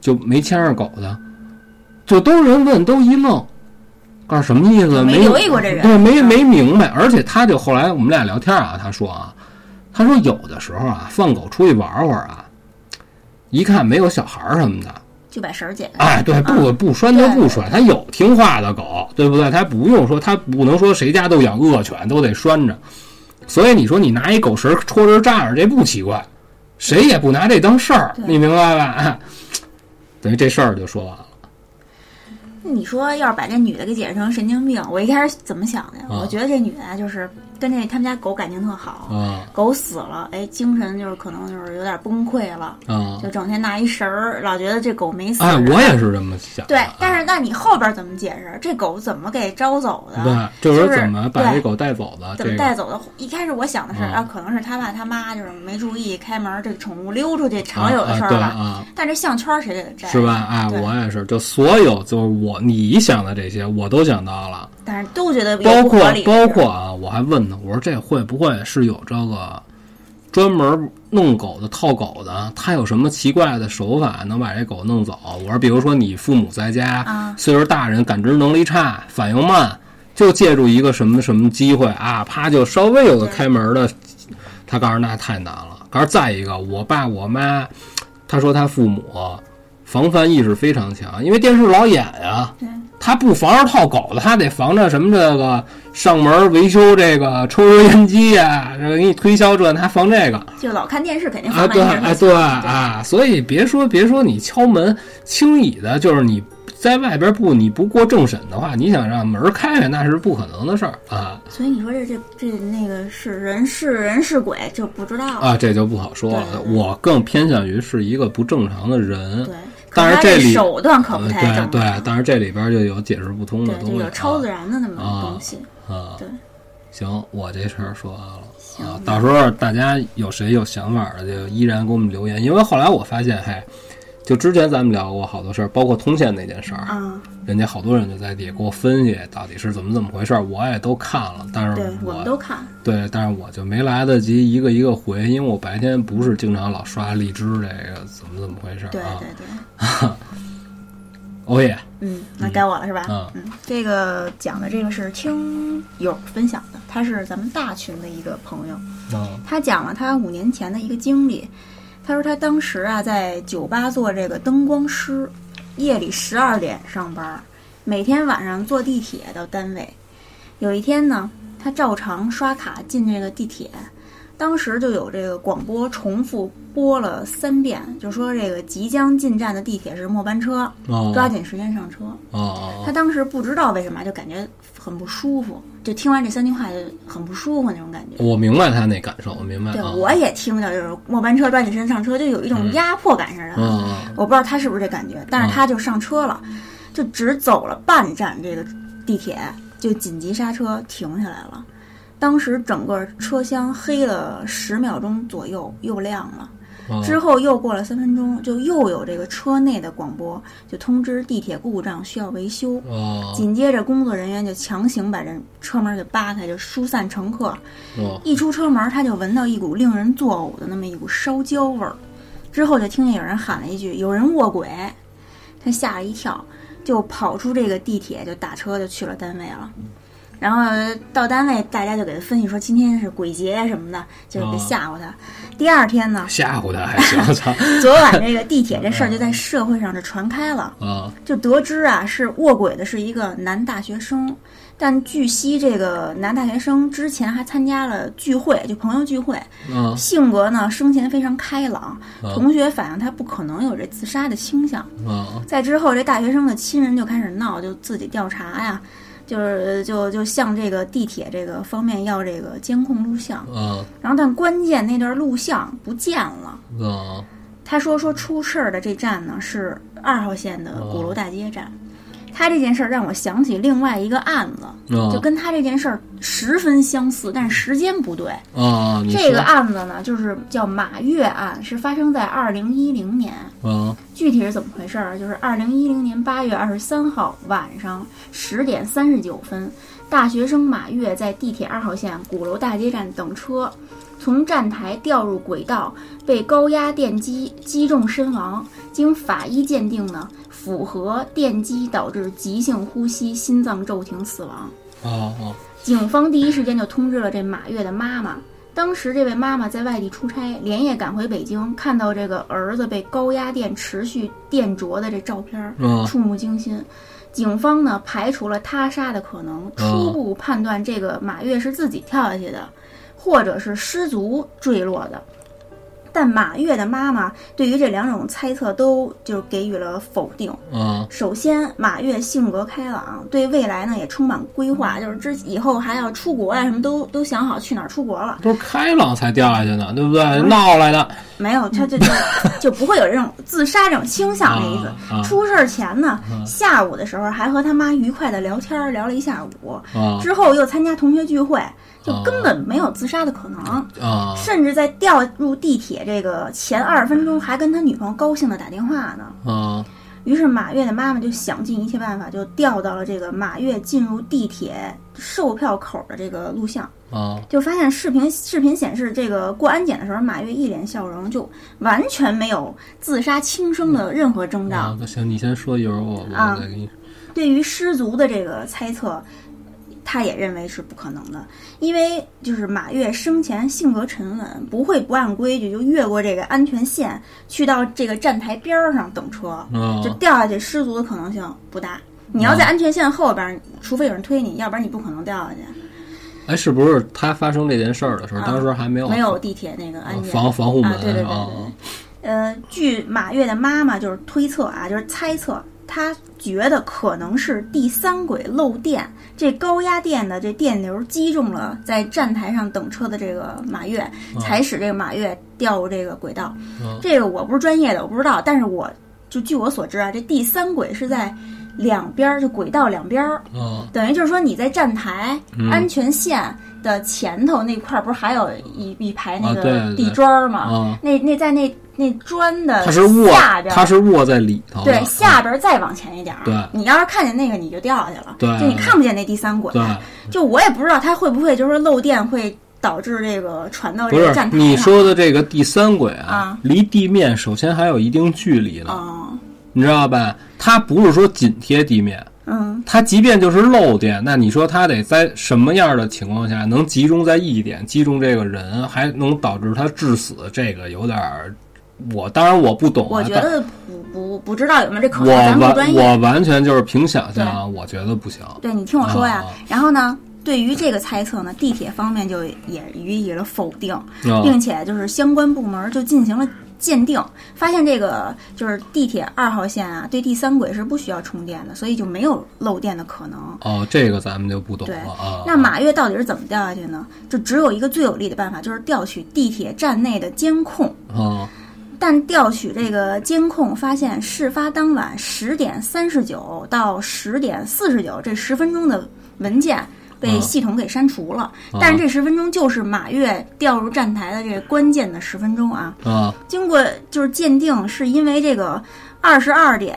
就没牵着狗的，就都是人问都一愣，告诉什么意思？没没留意过这人啊对，没没明白。而且他就后来我们俩聊天啊，他说啊，他说有的时候啊，放狗出去玩会儿啊，一看没有小孩儿什么的，就把绳儿解开。嗯哎，对，不不拴就不拴，它有听话的狗，对不对？它不用说，它不能说谁家都养恶犬都得拴着。所以你说你拿一狗绳儿戳着站着，这不奇怪，谁也不拿这当事儿，对你明白吧？ 哎等于这事儿就说完了。你说要是把这女的给解释成神经病，我一开始怎么想的呀？啊我觉得这女的啊就是跟这他们家狗感情特好，啊狗死了，哎，精神就是可能就是有点崩溃了，啊！就整天拿一绳儿，老觉得这狗没死。哎，我也是这么想的。对，但是那你后边怎么解释？这狗怎么给招走的？对，就是啊就说是怎么把对这狗带走的，怎么啊这带个走的？一开始我想的是嗯啊，可能是他爸他妈就是没注意开门，这宠物溜出去啊常有的事啊儿对吧。啊，但这项圈谁给它摘？是吧？？哎，对我也是，就所有就是我你想的这些，我都想到了。但是都觉得有包不括合理的包地方括啊，我还问他，我说这会不会是有这个专门弄狗的、套狗的？啊他有什么奇怪的手法能把这狗弄走？我说，比如说你父母在家，啊岁数大人感知能力差，反应慢，就借助一个什么什么机会啊，啪就稍微有个开门的。他告诉那太难了。告诉再一个，我爸我妈，他说他父母防范意识非常强，因为电视老演呀、对他不防着套狗的，他得防着什么这个上门维修这个抽油烟机呀、这个给你推销这，他防这个就老看电视，肯定啊，放对，慢电啊视。对啊，所以别说别说你敲门，轻易的就是你在外边不你不过政审的话，你想让门开开那是不可能的事儿啊所以你说这这这那个是人是人是鬼就不知道了。啊，这就不好说了对。对对我更偏向于是一个不正常的人对，，当然可能他这这里手段可不嗯太对正对常，，但是这里边就有解释不通的对，东就西有啊，超自然的那么啊东西。啊，对，行，我这事儿说完了。行啊，，到时候大家有谁有想法的，就依然给我们留言。因为后来我发现，嘿，就之前咱们聊过好多事儿，包括通县那件事儿，啊，人家好多人就在底下给我分析到底是怎么怎么回事儿，我也都看了，但是对，我我们都看，对，但是我就没来得及一个一个回，因为我白天不是经常老刷荔枝这个怎么怎么回事对儿啊对。对。欧耶，嗯，那该我了是吧？嗯这个讲的这个是听友分享的，他是咱们大群的一个朋友，嗯他讲了他五年前的一个经历。他说他当时啊在酒吧做这个灯光师，夜里十二点上班，每天晚上坐地铁到单位。有一天呢，他照常刷卡进这个地铁，当时就有这个广播重复播了三遍，就说这个即将进站的地铁是末班车，哦抓紧时间上车。哦哦他当时不知道为什么，就感觉很不舒服，就听完这三句话就很不舒服那种感觉。哦我明白他那感受，我明白对，啊。我也听着就是末班车抓紧时间上车，就有一种压迫感似的。嗯我不知道他是不是这感觉，嗯但是他就上车了，就只走了半站，这个地铁就紧急刹车停下来了。当时整个车厢黑了十秒钟左右，又亮了。嗯之后又过了三分钟，就又有这个车内的广播就通知地铁故障需要维修。哦紧接着，工作人员就强行把这车门给扒开，就疏散乘客。哦一出车门，他就闻到一股令人作呕的那么一股烧焦味儿。之后就听见有人喊了一句：“有人卧轨！”他吓了一跳，就跑出这个地铁，就打车就去了单位了。然后到单位，大家就给他分析说今天是鬼节呀什么的，就是给哦吓唬他。第二天呢， 吓唬他还行，操昨晚这个地铁这事儿就在社会上就传开了。啊就得知啊是卧轨的是一个男大学生，但据悉这个男大学生之前还参加了聚会，就朋友聚会，嗯性格呢生前非常开朗，啊同学反映他不可能有这自杀的倾向。啊在之后，这大学生的亲人就开始闹，就自己调查呀，就是就就向这个地铁这个方面要这个监控录像，啊然后但关键那段录像不见了。啊！他说说出事儿的这站呢是二号线的鼓哦楼大街站。他这件事儿让我想起另外一个案子，啊就跟他这件事儿十分相似，但是时间不对。啊，你这说个案子呢，就是叫马月案，是发生在二零一零年。啊具体是怎么回事儿？就是二零一零年八月二十三号晚上十点三十九分，大学生马跃在地铁二号线鼓楼大街站等车，从站台掉入轨道，被高压电击击中身亡。经法医鉴定呢，符合电击导致急性呼吸、心脏骤停死亡。啊啊，警方第一时间就通知了这马月的妈妈。当时这位妈妈在外地出差，连夜赶回北京，看到这个儿子被高压电持续电灼的这照片儿，嗯触目惊心。警方呢排除了他杀的可能，初步判断这个马月是自己跳下去的，或者是失足坠落的。但马月的妈妈对于这两种猜测都就给予了否定。啊首先，马月性格开朗，对未来呢也充满规嗯划，就是之以后还要出国呀，什么都都想好去哪儿出国了。不是开朗才掉下去呢，对不对？闹来的，没有，他 就就就不会有这种自杀这种倾向的意思。啊啊啊出事儿前呢，下午的时候还和他妈愉快的聊天儿，聊了一下午，啊之后又参加同学聚会，就啊根本没有自杀的可能。啊甚至在掉入地铁这个前二十分钟，还跟他女朋友高兴的打电话呢。啊于是马月的妈妈就想尽一切办法，就调到了这个马月进入地铁售票口的这个录像，啊就发现视频视频显示，这个过安检的时候，马月一脸笑容，就完全没有自杀轻生的任何征兆。啊！行，你先说一会儿，我我啊再给你。对于失足的这个猜测，他也认为是不可能的，因为就是马月生前性格沉稳，不会不按规矩就越过这个安全线，去到这个站台边儿上等车。啊就掉下去失足的可能性不大。你要在安全线后边，除非有人推你，要不然你不可能掉下去。哎，是不是他发生这件事儿的时候，啊当时还没有没有地铁那个安全哦防防护门啊，对对对对啊对。呃，据马月的妈妈就是推测啊，就是猜测，她觉得可能是第三轨漏电，这高压电的这电流击中了在站台上等车的这个马月，才使这个马月掉入这个轨道。嗯这个我不是专业的，我不知道，但是我就据我所知啊，这第三轨是在两边儿，就轨道两边儿，啊等于就是说你在站台、嗯安全线的前头那块儿，不是还有一一排那啊对个对地砖儿吗？啊！那那在那那砖的他是卧下，边儿，他是卧在里头的，嗯对下边儿再往前一点儿。对你要是看见那个，你就掉下去了。对就你看不见那第三轨。对，就我也不知道它会不会就是说漏电会导致这个传到这不个是哦站台上。你说的这个第三轨啊啊，离地面首先还有一定距离呢，哦，你知道吧？它不是说紧贴地面，嗯它即便就是漏电，那你说它得在什么样的情况下能集中在一点，击中这个人，还能导致他致死？这个有点儿，我当然我不懂、啊，我觉但得不不不知道有没有这可我能，咱不完专业。我完全就是凭想象啊，我觉得不行。对你听我说呀啊啊，然后呢，对于这个猜测呢，地铁方面就也予以了否定。啊并且就是相关部门就进行了鉴定，发现这个就是地铁二号线啊，对第三轨是不需要充电的，所以就没有漏电的可能。哦，这个咱们就不懂对了啊。那马月到底是怎么掉下去呢？就只有一个最有力的办法，就是调取地铁站内的监控。啊但调取这个监控发现，事发当晚十点三十九到十点四十九这十分钟的文件被嗯系统给删除了。啊但是这十分钟就是马月调入站台的这关键的十分钟啊。啊经过就是鉴定，是因为这个二十二点，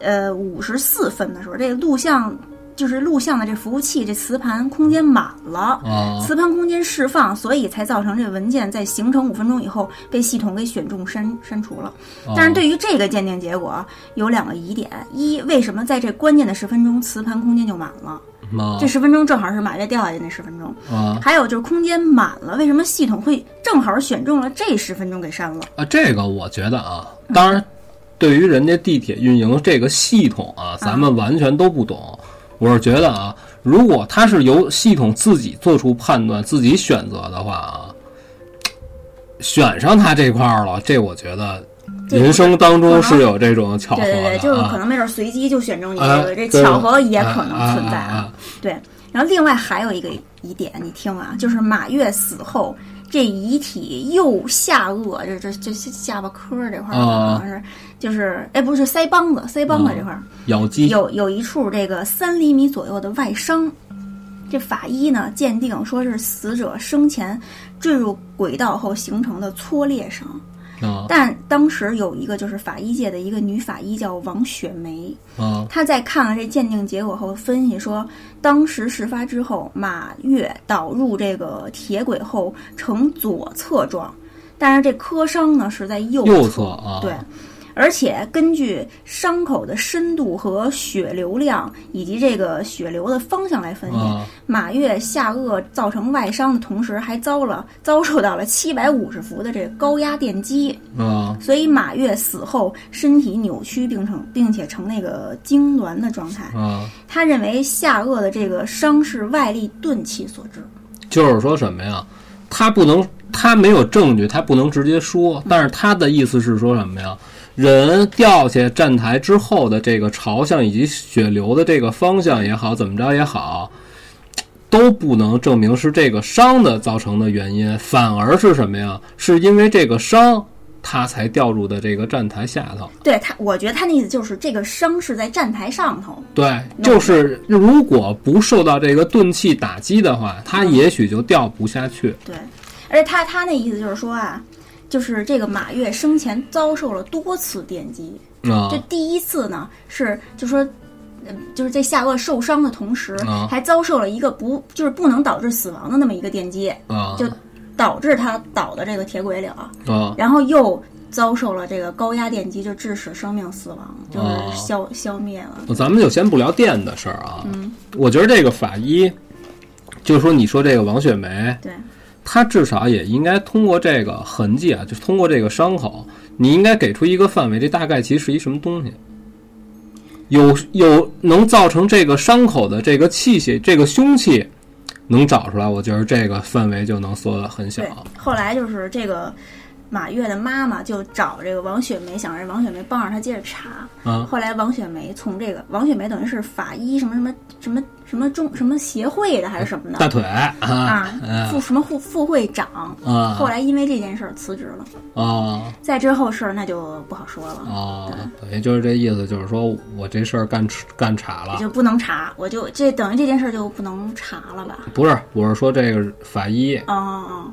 呃五十四分的时候，这个录像就是录像的这服务器这磁盘空间满了，啊磁盘空间释放，所以才造成这文件在形成五分钟以后被系统给选中删删除了。哦但是对于这个鉴定结果有两个疑点：一，为什么在这关键的十分钟磁盘空间就满了？啊这十分钟正好是马月掉下去那十分钟。啊还有就是空间满了，为什么系统会正好选中了这十分钟给删了？啊，这个我觉得啊，当然，对于人家地铁运营这个系统啊，咱们完全都不懂。我是觉得啊，如果它是由系统自己做出判断、自己选择的话啊，选上它这块儿了，这我觉得这人生当中可能是有这种巧合对对的对，就是可啊。能没准随机就选中你这啊个，这对巧合也可啊能存在啊啊啊对，然后另外还有一个疑点，你听啊，就是马月死后，这遗体右下颚，这这这下巴颏儿这块儿啊好像是，就是哎不是腮帮子，腮帮子嗯这块儿咬肌有有一处这个三厘米左右的外伤。这法医呢鉴定说是死者生前坠入轨道后形成的挫裂伤，啊但当时有一个就是法医界的一个女法医叫王雪梅，啊她在看了这鉴定结果后分析说，当时事发之后，马跃倒入这个铁轨后呈左侧状，但是这磕伤呢是在右右侧啊，对，而且根据伤口的深度和血流量以及这个血流的方向来分析，啊马跃下颚造成外伤的同时，还遭了遭受到了七百五十伏的这个高压电击，啊所以马跃死后身体扭曲并成并且呈那个痉挛的状态。啊，他认为下颚的这个伤是外力钝器所致。就是说什么呀？他不能，他没有证据，他不能直接说，但是他的意思是说什么呀？人掉下站台之后的这个朝向以及血流的这个方向也好，怎么着也好，都不能证明是这个伤的造成的原因，反而是什么呀？是因为这个伤，他才掉入的这个站台下头。对他，我觉得他那意思就是这个伤是在站台上头。对，就是如果不受到这个钝器打击的话，它也许就掉不下去。对，而且他他那意思就是说啊，就是这个马跃生前遭受了多次电击，啊这第一次呢是就说。呃就是在下颚受伤的同时，啊还遭受了一个不就是不能导致死亡的那么一个电击，啊就导致他倒到这个铁轨里了， 啊！然后又遭受了这个高压电击，就致使生命死亡，就是消、消灭了。咱们就先不聊电的事儿啊。我觉得这个法医，就是说你说这个王雪梅，对，她至少也应该通过这个痕迹啊，就是通过这个伤口，你应该给出一个范围，这大概其实是一什么东西。有有能造成这个伤口的这个器械，这个凶器能找出来，我觉得这个范围就能缩得很小对。，后来就是这个马跃的妈妈就找这个王雪梅，想让王雪梅帮着她接着查。啊后来王雪梅从这个王雪梅等于是法医什么什么什么什么中什么协会的还是什么大的腿啊啊，啊副什么副副会长。啊！后来因为这件事儿辞职了，啊再之后事儿那就不好说了，啊，等于就是这意思，就是说我这事儿干干岔也了。就不能查，我就这等于这件事儿就不能查了吧？不是，我是说这个法医，哦哦，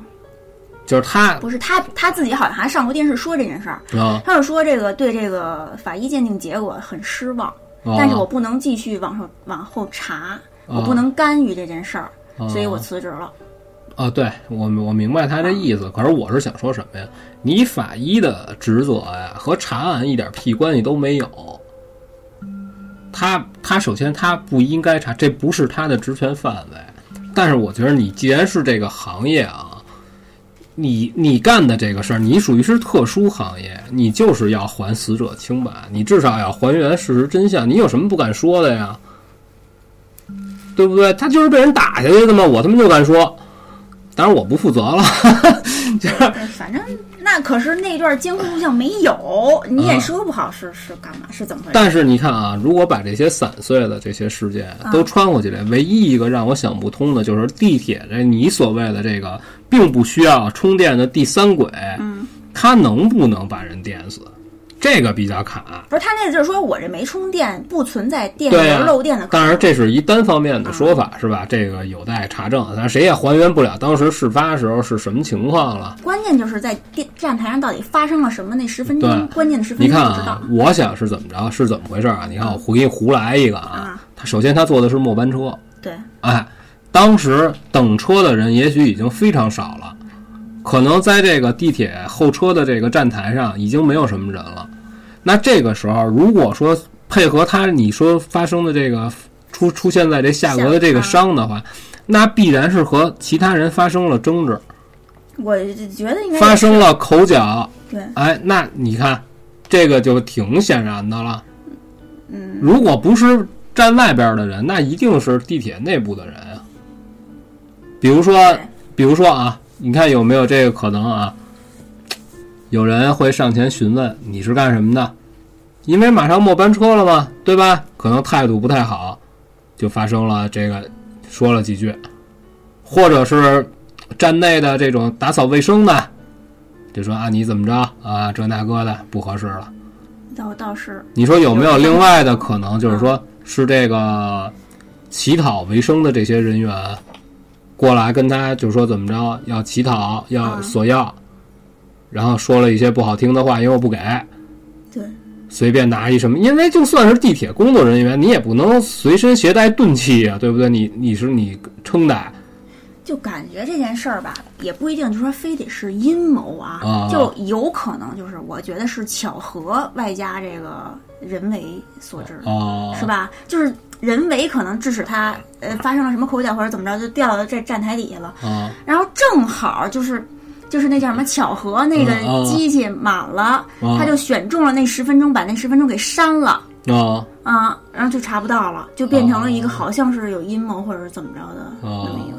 就是他哦不是他他自己好像还上过电视说这件事儿，啊他就说这个对这个法医鉴定结果很失望，但是我啊不能继续往后往后查，我啊不能干预这件事儿，所以我啊辞职了。啊，对我我明白他这意思，可是我是想说什么呀？你法医的职责呀和查案一点屁关系都没有。他他首先他不应该查，这不是他的职权范围。但是我觉得你既然是这个行业啊，你你干的这个事儿，你属于是特殊行业，你就是要还死者清白，你至少要还原事实真相。你有什么不敢说的呀？对不对？他就是被人打下去的嘛，我他妈就敢说。当然我不负责了， 对，反正那可是那段监控录像没有，你也说不好是是干嘛，是怎么回事？嗯但是你看啊，如果把这些散碎的这些事件都穿过去来，唯一一个让我想不通的就是地铁这你所谓的这个并不需要充电的第三轨，它能不能把人电死？这个比较卡。不是他那个就是说我这没充电，不存在电对流啊漏电的可当能。然，这是一单方面的说法，嗯是吧？这个有待查证，但谁也还原不了当时事发时候是什么情况了。关键就是在电站台上到底发生了什么那十分钟，对关键的十分你钟看嗯不知道嗯啊。，我想是怎么着，是怎么回事啊？你看，我回胡来一个啊啊，他首先他坐的是末班车，对，哎，当时等车的人也许已经非常少了，可能在这个地铁候车的这个站台上已经没有什么人了。那这个时候，如果说配合他你说发生的这个出出现在这下颚的这个伤的话，那必然是和其他人发生了争执，我觉得应该发生了口角。对，哎，那你看，这个就挺显然的了。嗯，如果不是站外边的人，那一定是地铁内部的人啊。比如说对，比如说啊，你看有没有这个可能啊？有人会上前询问你是干什么的，因为马上末班车了嘛，对吧？可能态度不太好，就发生了这个说了几句，或者是站内的这种打扫卫生的，就说啊你怎么着啊这那个的不合适了。倒倒是你说有没有另外的可能，就是说是这个乞讨为生的这些人员过来跟他就说怎么着要乞讨要嗯索要，然后说了一些不好听的话，因为我不给，对，随便拿一什么，因为就算是地铁工作人员，你也不能随身携带钝器啊，对不对？你你是你撑的啊就感觉这件事儿吧，也不一定就说非得是阴谋啊，啊就有可能就是我觉得是巧合外加这个人为所致，啊，是吧？就是人为可能致使他呃发生了什么口角或者怎么着，就掉到这站台底下了，啊然后正好就是。就是那叫什么巧合，那个嗯啊机器满了，啊他就选中了那十分钟，把那十分钟给删了啊啊，然后就查不到了，就变成了哦一个好像是有阴谋或者是怎么着的那么一个。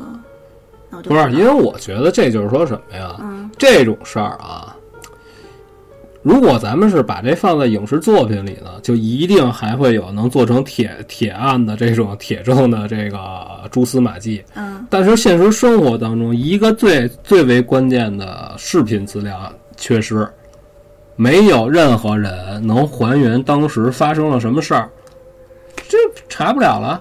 那我就不是，知道因为我觉得这就是说什么呀？嗯这种事儿啊，如果咱们是把这放在影视作品里呢，就一定还会有能做成铁铁案的这种铁证的这个蛛丝马迹。嗯但是现实生活当中，一个最最为关键的视频资料缺失，没有任何人能还原当时发生了什么事儿，这查不了了。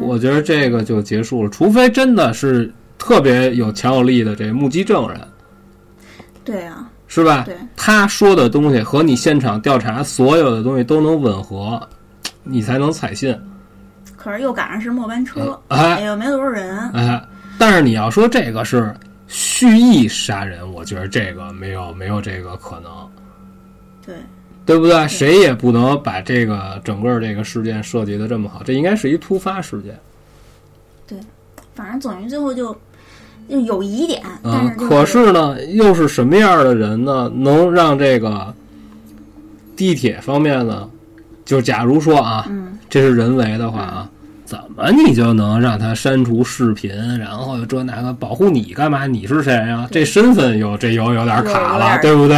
我觉得这个就结束了，除非真的是特别有强有力的这目击证人，，对啊，是吧？对，他说的东西和你现场调查所有的东西都能吻合，你才能采信。可是又赶上是末班车，哎哎呦，没多少人，哎，但是你要说这个是蓄意杀人，我觉得这个没有没有这个可能，对，对不对？谁也不能把这个整个这个事件设计的这么好，这应该是一突发事件。反正总之最后就就有疑点，但嗯是，就可是呢，又是什么样的人呢，能让这个地铁方面呢？就假如说啊，嗯这是人为的话啊，怎么你就能让他删除视频，然后又这那个保护你干嘛？你是谁呀？这身份有这有有点有卡有了，点对不对？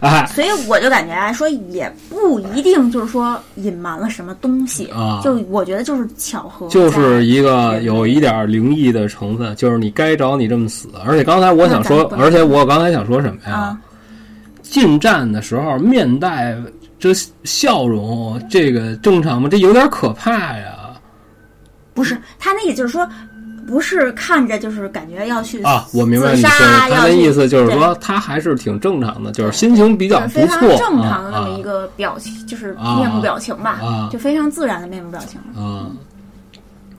哎，所以我就感觉啊，说也不一定就是说隐瞒了什么东西，啊就我觉得就是巧合，就是一个对有一点灵异的成分，就是你该着你这么死。而且刚才我想说那咱不，能而且我刚才想说什么在呀啊？，进站的时候面带这笑容，这个正常吗？这有点可怕呀！不是他那个就是说。不是看着就是感觉要去啊，我明白自你说的，他杀要那去意思就是对说他还是挺正常的，就是心情比较对不非常错，啊正常的那么一个个表情，就是啊面部表情吧，啊就非常自然的面部表情。啊。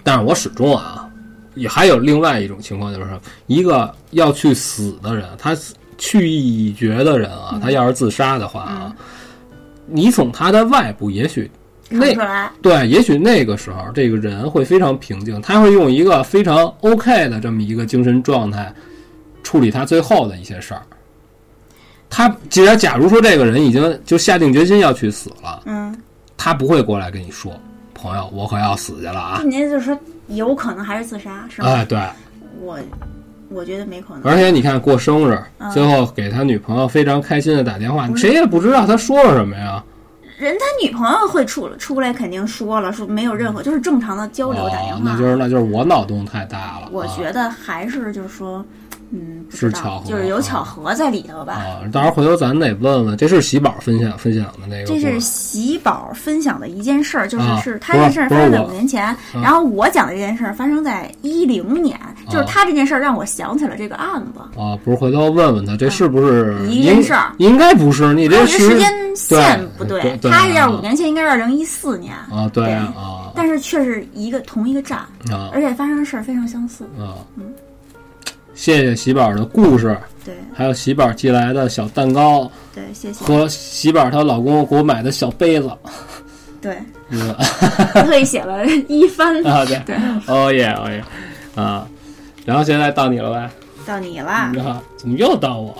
但是我始终啊，也还有另外一种情况，就是说一个要去死的人，他去意已决的人啊，他要是自杀的话啊，你从他的外部也许看不那出来，对，也许那个时候这个人会非常平静，他会用一个非常 OK 的这么一个精神状态处理他最后的一些事儿。他既然假如说这个人已经就下定决心要去死了，嗯，他不会过来跟你说：“朋友，我可要死去了啊就您就是说有可能还是自杀，！”是吗？哎，对，我我觉得没可能。而且你看过生日，嗯最后给他女朋友非常开心的打电话，谁也不知道他说了什么呀。人他女朋友会出出来，肯定说了，说没有任何，就是正常的交流打电嗯哦，话。那就是那就是我脑洞太大了。我啊觉得还是就是说，嗯，不知是道巧合就是有啊巧合在里头吧。啊，到时候回头咱得问问，这是喜宝分享分享的那个故这事，是喜宝分享的一件事儿，就是啊是他不这是事儿不发是生在我啊五年前，然后我讲的这件事儿发生在一零年，就是他这件事儿让我想起了这个案子。啊，不是回头问问他，这是不是嗯一件应事儿应该不是，你我这觉得是时间线不对对对他要啊五年前应该是二零一四年，啊，对对啊但是却是一个同一个站，啊而且发生的事儿非常相似。啊！谢谢喜宝的故事，对还有喜宝寄来的小蛋糕对，谢谢。和喜宝她老公给我买的小杯子，对，嗯 特意写了一番。啊对，对，哦耶哦耶啊！然后现在到你了吧？到你啦。啊，怎么又到我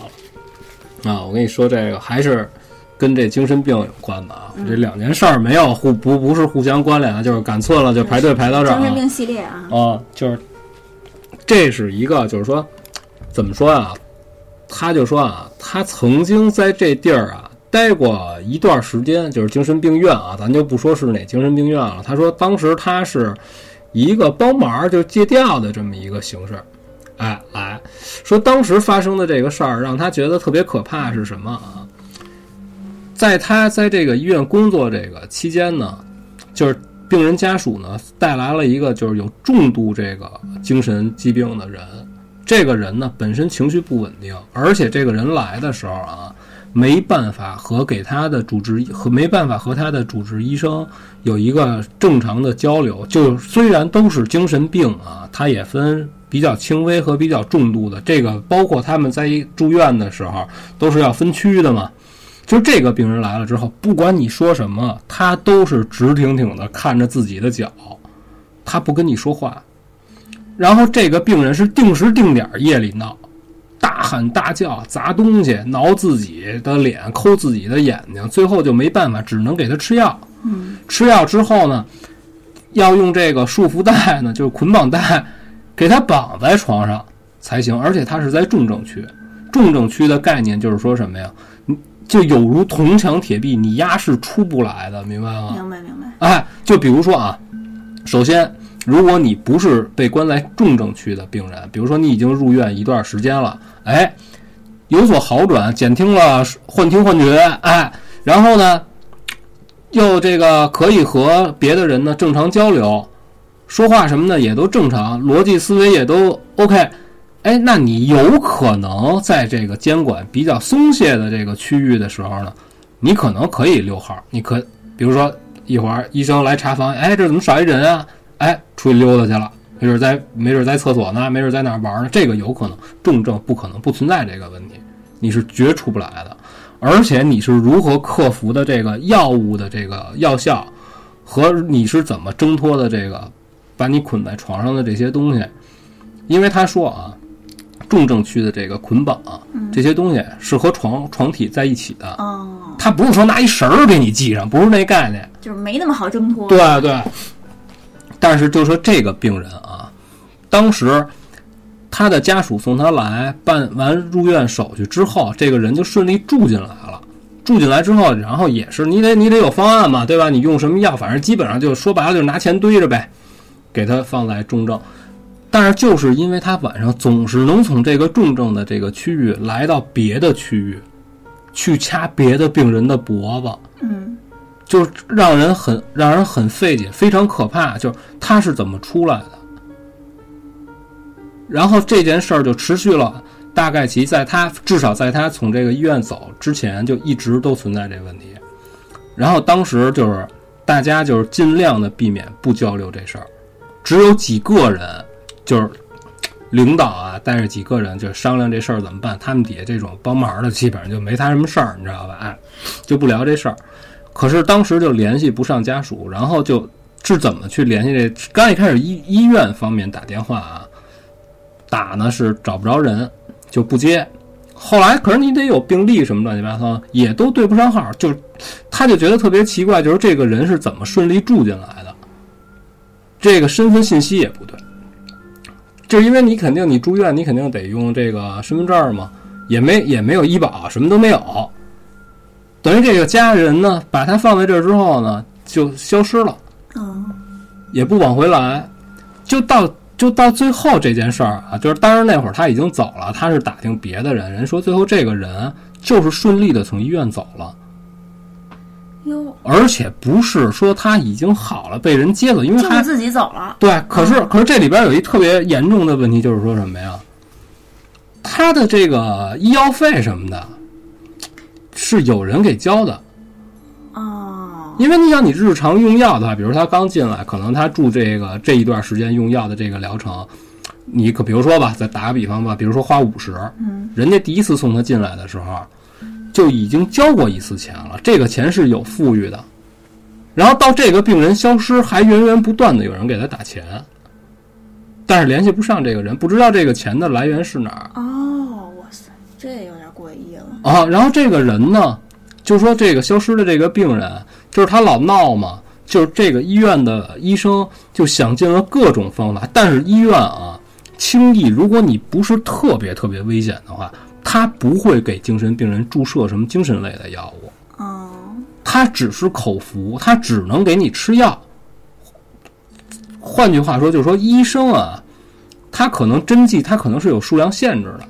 了？啊，我跟你说，这个还是跟这精神病有关的啊。这两件事儿没有互不不是互相关联的，就是赶错了就排队排到这儿精神啊。病系列啊，啊，就是这是一个，就是说怎么说啊？他就说啊，他曾经在这地儿啊待过一段时间，就是精神病院啊，咱就不说是哪精神病院了。他说当时他是一个帮忙就借调的这么一个形式，哎，来说当时发生的这个事儿让他觉得特别可怕是什么啊？在他在这个医院工作这个期间呢，就是病人家属呢带来了一个就是有重度这个精神疾病的人，这个人呢本身情绪不稳定，而且这个人来的时候啊，没办法和给他的主治医和没办法和他的主治医生有一个正常的交流。就虽然都是精神病啊，他也分比较轻微和比较重度的，这个包括他们在住院的时候都是要分区的嘛。就这个病人来了之后，不管你说什么，他都是直挺挺的看着自己的脚，他不跟你说话。然后这个病人是定时定点儿夜里闹，大喊大叫、砸东西、挠自己的脸、抠自己的眼睛，最后就没办法，只能给他吃药。嗯，吃药之后呢，要用这个束缚带呢，就是捆绑带，给他绑在床上才行。而且他是在重症区，重症区的概念就是说什么呀？你就有如铜墙铁壁，你压是出不来的，明白吗？明白明白，哎，就比如说啊，首先，如果你不是被关在重症区的病人，比如说你已经入院一段时间了，哎，有所好转，减轻了幻听幻觉，哎，然后呢，又这个可以和别的人呢正常交流，说话什么的也都正常，逻辑思维也都 OK。哎，那你有可能在这个监管比较松懈的这个区域的时候呢，你可能可以溜号，你可比如说一会儿医生来查房，哎，这怎么少一人啊？哎，出去溜达去了，没准在没准在厕所呢，没准在哪儿玩呢，这个有可能。重症不可能不存在这个问题，你是绝出不来的。而且你是如何克服的这个药物的这个药效，和你是怎么挣脱的这个把你捆在床上的这些东西，因为他说啊，重症区的这个捆绑啊、这些东西是和床床体在一起的，哦，他不是说拿一绳儿给你系上，不是那概念。就是没那么好挣脱，对对。但是就说这个病人啊，当时他的家属送他来办完入院手续之后，这个人就顺利住进来了。住进来之后，然后也是你得你得有方案嘛，对吧？你用什么药，反正基本上就说白了就是拿钱堆着呗，给他放在重症。但是就是因为他晚上总是能从这个重症的这个区域来到别的区域，去掐别的病人的脖子，嗯，就是让人很让人很费解，非常可怕。就是他是怎么出来的？然后这件事儿就持续了，大概其在他至少在他从这个医院走之前，就一直都存在这个问题。然后当时就是大家就是尽量的避免不交流这事儿，只有几个人就是领导啊带着几个人就商量这事儿怎么办，他们底下这种帮忙的基本上就没他什么事儿，你知道吧？哎，就不聊这事儿。可是当时就联系不上家属，然后就是怎么去联系这？刚一开始医医院方面打电话啊，打呢是找不着人，就不接。后来可是你得有病历什么乱七八糟，也都对不上号，就他就觉得特别奇怪，就是这个人是怎么顺利住进来的，这个身份信息也不对。就是因为你肯定你住院，你肯定得用这个身份证儿嘛，也没也没有医保，什么都没有。等于这个家人呢，把他放在这儿之后呢，就消失了，嗯，也不往回来，就到就到最后这件事儿啊，就是当然那会儿他已经走了，他是打听别的人，人说最后这个人就是顺利的从医院走了，哟，而且不是说他已经好了被人接走，因为就是他自己嗯走了，对，可是可是这里边有一特别严重的问题，就是说什么呀？他的这个医药费什么的，是有人给交的。哦，因为你想，你日常用药的话，比如他刚进来，可能他住这个这一段时间用药的这个疗程，你可比如说吧，再打个比方吧，比如说花五十，嗯，人家第一次送他进来的时候，就已经交过一次钱了，这个钱是有富裕的。然后到这个病人消失，还源源不断的有人给他打钱，但是联系不上这个人，不知道这个钱的来源是哪儿。哦，哇塞，这有点诡异了，啊，然后这个人呢，就说这个消失的这个病人，就是他老闹嘛，就是这个医院的医生就想尽了各种方法，但是医院啊，轻易如果你不是特别特别危险的话，他不会给精神病人注射什么精神类的药物，嗯，他只是口服，他只能给你吃药。换句话说，就是说医生啊，他可能针剂他可能是有数量限制的，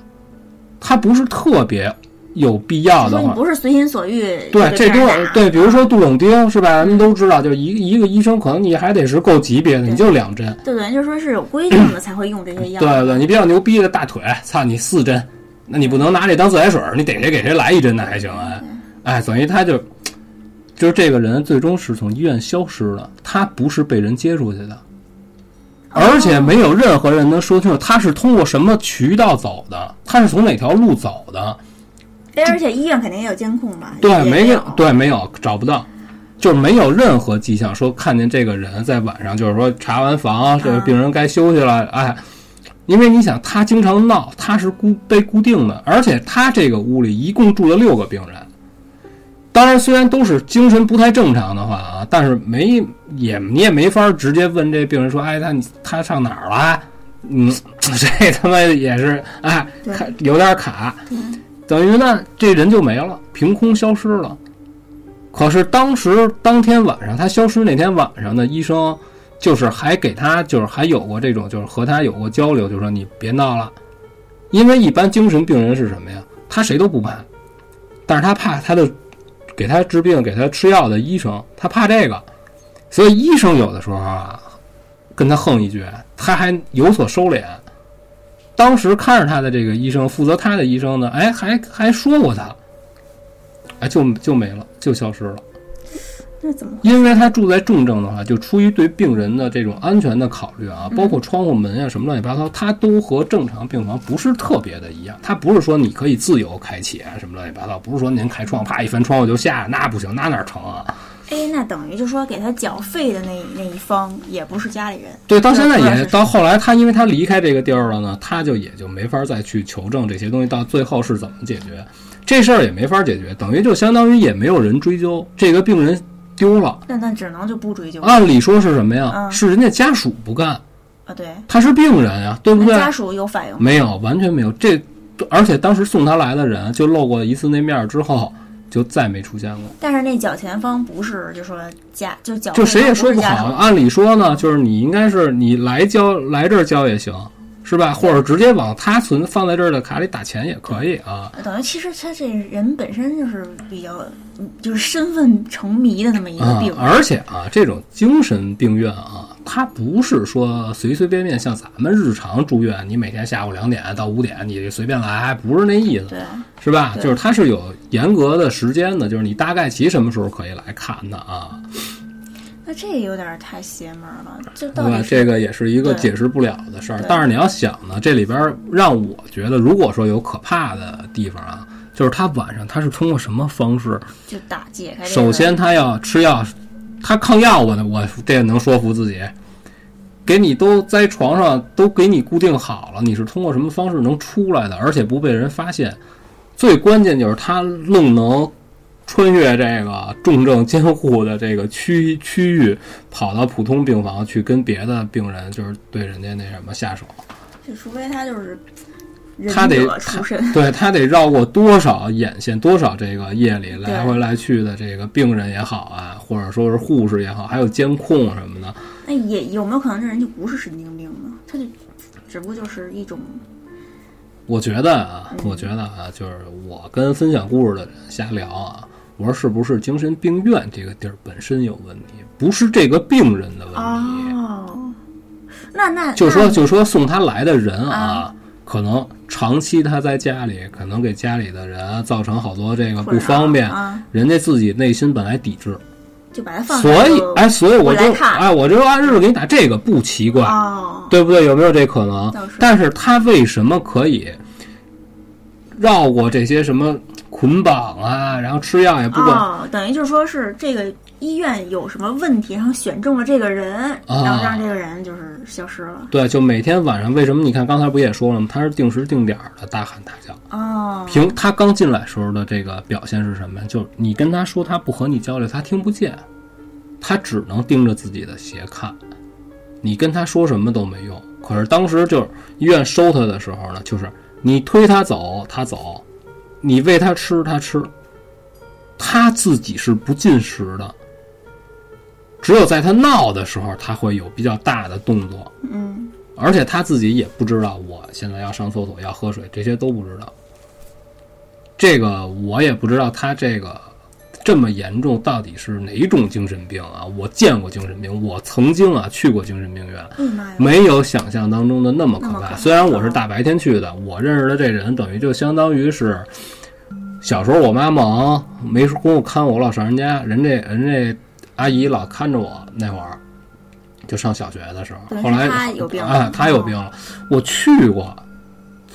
他不是特别有必要说的你话，不是随心嗯所欲就对啊给这别东人西打，对，比如说杜冷丁是吧？咱们都知道，就是一一个医生，可能你还得是够级别的，你对就两针。对对，就说是有规定的才会用这些药。对对，你比较牛逼的大腿，操你四针，那你不能拿这当自来水儿，你逮谁给谁来一针那还行啊？哎，等于他就就是这个人最终是从医院消失了，他不是被人接出去的，而且没有任何人能说清楚他是通过什么渠道走的，他是从哪条路走的。对，而且医院肯定也有监控吧？对，也没有有，。对，没有找不到，就是没有任何迹象说看见这个人在晚上，就是说查完房，啊这个病人该休息了，哎，因为你想他经常闹，他是固被固定的，而且他这个屋里一共住了六个病人。当然，虽然都是精神不太正常的话啊，但是没也你也没法直接问这病人说，哎，他你他上哪儿了？嗯， 这他妈也是哎，对看有点卡。等于呢，这人就没了，凭空消失了。可是当时当天晚上，他消失那天晚上呢，医生就是还给他，就是还有过这种，就是和他有过交流，就说你别闹了，因为一般精神病人是什么呀？他谁都不怕，但是他怕他的给他治病、给他吃药的医生，他怕这个，所以医生有的时候啊，跟他横一句，他还有所收敛。当时看着他的这个医生，负责他的医生呢，哎，还还说过他，哎，就就没了，就消失了。那怎么因为他住在重症的话，就出于对病人的这种安全的考虑啊，包括窗户门啊什么乱七八糟，它都和正常病房不是特别的一样。它不是说你可以自由开启啊什么乱七八糟，不是说您开窗啪一翻窗户就下，那不行，那哪成啊？哎，那等于就说给他缴费的那那一方也不是家里人，对，到现在对也是到后来，他因为他离开这个地儿了呢，他就也就没法再去求证这些东西，到最后是怎么解决这事儿也没法解决，等于就相当于也没有人追究这个病人丢了。那那只能就不追究了按理说是什么呀？嗯是人家家属不干，啊。对，他是病人呀，对不那对？家属有反应吗，没有，完全没有。这而且当时送他来的人就露过一次那面儿之后，就再没出现过。但是那缴钱方不是就说家就缴费就方谁也是说不家好。属按理说呢，就是你应该是你来交来这儿交也行，是吧？或者直接往他存放在这儿的卡里打钱也可以啊。等于其实他这人本身就是比较，嗯就是身份成迷的那么一个啊、病，而且啊，这种精神病院啊，它不是说随随便便像咱们日常住院，你每天下午两点到五点你随便来，不是那意思。对，是吧？对就是它是有严格的时间的，就是你大概其什么时候可以来看的啊，那这有点太邪门了，这对到吧底？是这个也是一个对解释不了的事儿对。但是你要想呢，这里边儿让我觉得，如果说有可怕的地方啊，就是他晚上他是通过什么方式？就打解开这个首先他要吃药，他抗药，我能我这个能说服自己。给你都在床上都给你固定好了，你是通过什么方式能出来的，而且不被人发现？最关键就是他愣能穿越这个重症监护的这个区区域，跑到普通病房去跟别的病人，就是对人家那什么下手。就除非他就是忍他得者他出 身，对他得绕过多少眼线，多少这个夜里对来回来去的这个病人也好啊，或者说是护士也好，还有监控什么的，那也有没有可能这人就不是神经病呢？他就只不过就是一种我觉得啊，嗯我觉得啊，就是我跟分享故事的人瞎聊啊，我说是不是精神病院这个地儿本身有问题，不是这个病人的问题，哦，那那就说那就说送他来的人啊，可能长期他在家里，可能给家里的人啊造成好多这个困不扰方便，啊，人家自己内心本来抵制，就把他放所以下哎，所以我我来就看哎，我就按日子给你打这个不奇怪，哦，对不对？有没有这可能倒是？但是他为什么可以绕过这些什么捆绑啊，然后吃药也不管？哦，等于就是说是这个医院有什么问题，然后选中了这个人，啊然后让这个人就是消失了。对，就每天晚上为什么？你看刚才不也说了吗？他是定时定点的大喊大叫。哦，凭他刚进来时候的这个表现是什么？就是你跟他说他不和你交流，他听不见，他只能盯着自己的鞋看，你跟他说什么都没用。可是当时就是医院收他的时候呢，就是你推他走，他走；你喂他吃，他吃。他自己是不进食的，只有在他闹的时候，他会有比较大的动作。嗯，而且他自己也不知道我现在要上厕所、要喝水，这些都不知道。这个我也不知道他这个这么严重到底是哪种精神病啊？我见过精神病，我曾经啊去过精神病院，哎呀妈呀，没有想象当中的那么可那么可怕。怕嗯虽然我是大白天去的，我认识的这人等于就相当于是小时候我妈忙没工夫看我，我老上人家，人这人这阿姨老看着我那会儿，就上小学的时候对，后来她有病啊，她有病了，我去过，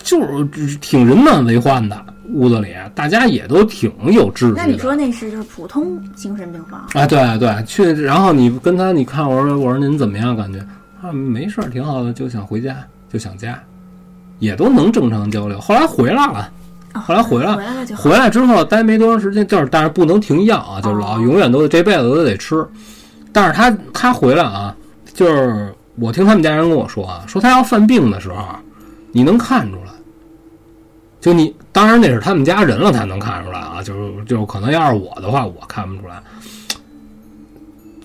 就是挺人满为患的屋子里，大家也都挺有秩序的。那你说那是就是普通精神病房？啊，对对，去，然后你跟他，你看我说我说您怎么样？感觉啊，没事儿，挺好的，就想回家，就想家，也都能正常交流。后来回来了，哦后来回来回来了就好回来之后待没多长时间，就是但是不能停药啊，就是老哦永远都这辈子都得吃。但是他他回来啊，就是我听他们家人跟我说啊，说他要犯病的时候，啊你能看出来。就你，当然那是他们家人了才能看出来啊，就是就是可能要是我的话，我看不出来。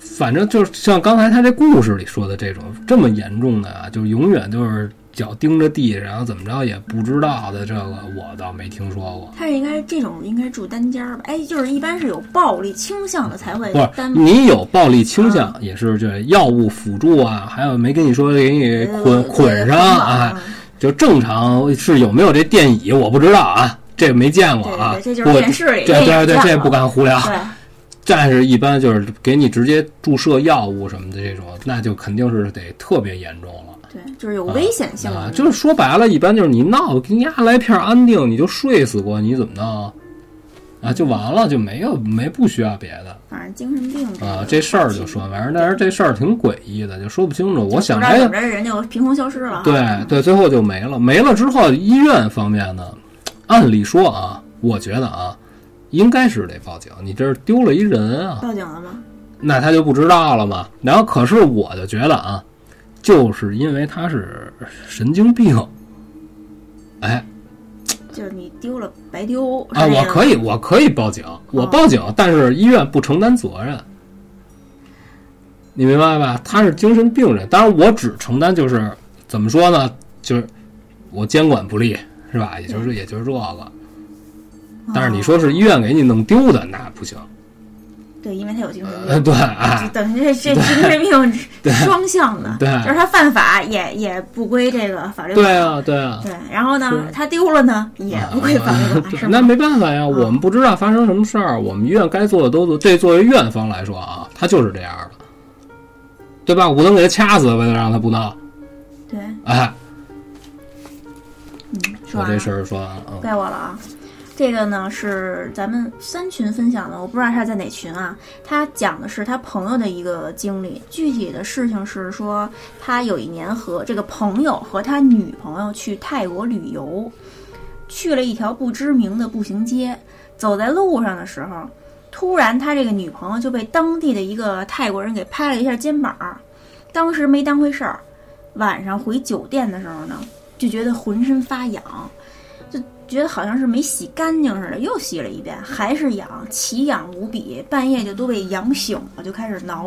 反正就是像刚才他这故事里说的这种这么严重的啊，就是永远就是脚盯着地，然后怎么着也不知道的这个，我倒没听说过。他是应该这种应该住单间儿吧？哎，就是一般是有暴力倾向的才会不是单。啊你有暴力倾向，也是这药物辅助啊，还有没跟你说给你捆呃捆上啊，，就正常是有没有这电椅我不知道啊，这个没见过啊，对对对这就是我电视里对电对影对，上这了不敢胡聊。啊对，但是，一般就是给你直接注射药物什么的这种，那就肯定是得特别严重了。对，就是有危险性啊的，，就是说白了，一般就是你闹，给你丫来片安定，你就睡死过，你怎么弄啊？啊，就完了，就没有没不需要别的反正精神病啊。这事儿就说，反正但是这事儿挺诡异的，就说不清楚。我想不知道哎怎么着人就凭空消失了啊。对对，最后就没了。没了之后，医院方面呢，按理说啊，我觉得啊，应该是得报警。你这是丢了一人啊，报警了吗？那他就不知道了嘛。然后，可是我就觉得啊，就是因为他是神经病，哎，就是你丢了白丢啊，我可以。以，我可以报警，嗯我报警，但是医院不承担责任，你明白吧？他是精神病人，当然我只承担就是怎么说呢，就是我监管不力，是吧？也嗯就是也就是这哦个。但是你说是医院给你弄丢的，那不行。对，因为他有精神呃，病，对啊就， 等于这这精神病是双向的，对 就是他犯法也也不归这个法律管。对啊，对啊。对，然后呢，他丢了呢也不归法律管，啊是那吗？嗯没办法呀，我们不知道发生什么事儿，我们医院该做的都做。这作为院方来说啊，他就是这样的，对吧？我能给他掐死，为了让他不闹，对，哎，嗯，我说完这了事儿说完了啊，该我了啊。这个呢是咱们三群分享的，我不知道他在哪群啊。他讲的是他朋友的一个经历，具体的事情是说，他有一年和这个朋友和他女朋友去泰国旅游，去了一条不知名的步行街，走在路上的时候，突然他这个女朋友就被当地的一个泰国人给拍了一下肩膀儿，当时没当回事儿。晚上回酒店的时候呢，就觉得浑身发痒，就觉得好像是没洗干净似的，又洗了一遍，还是痒，奇痒无比，半夜就都被痒醒了，就开始挠。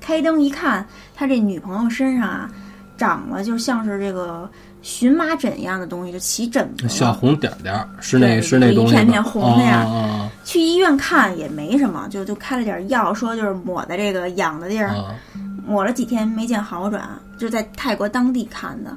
开灯一看，他这女朋友身上啊，长了就像是这个荨麻疹一样的东西，就起疹子了。小红点儿点儿是那对是那就一东西片吧片红的呀哦哦去医院看也没什么，就就开了点药，说就是抹在这个痒的地哦儿，哦抹了几天没见好转，就在泰国当地看的，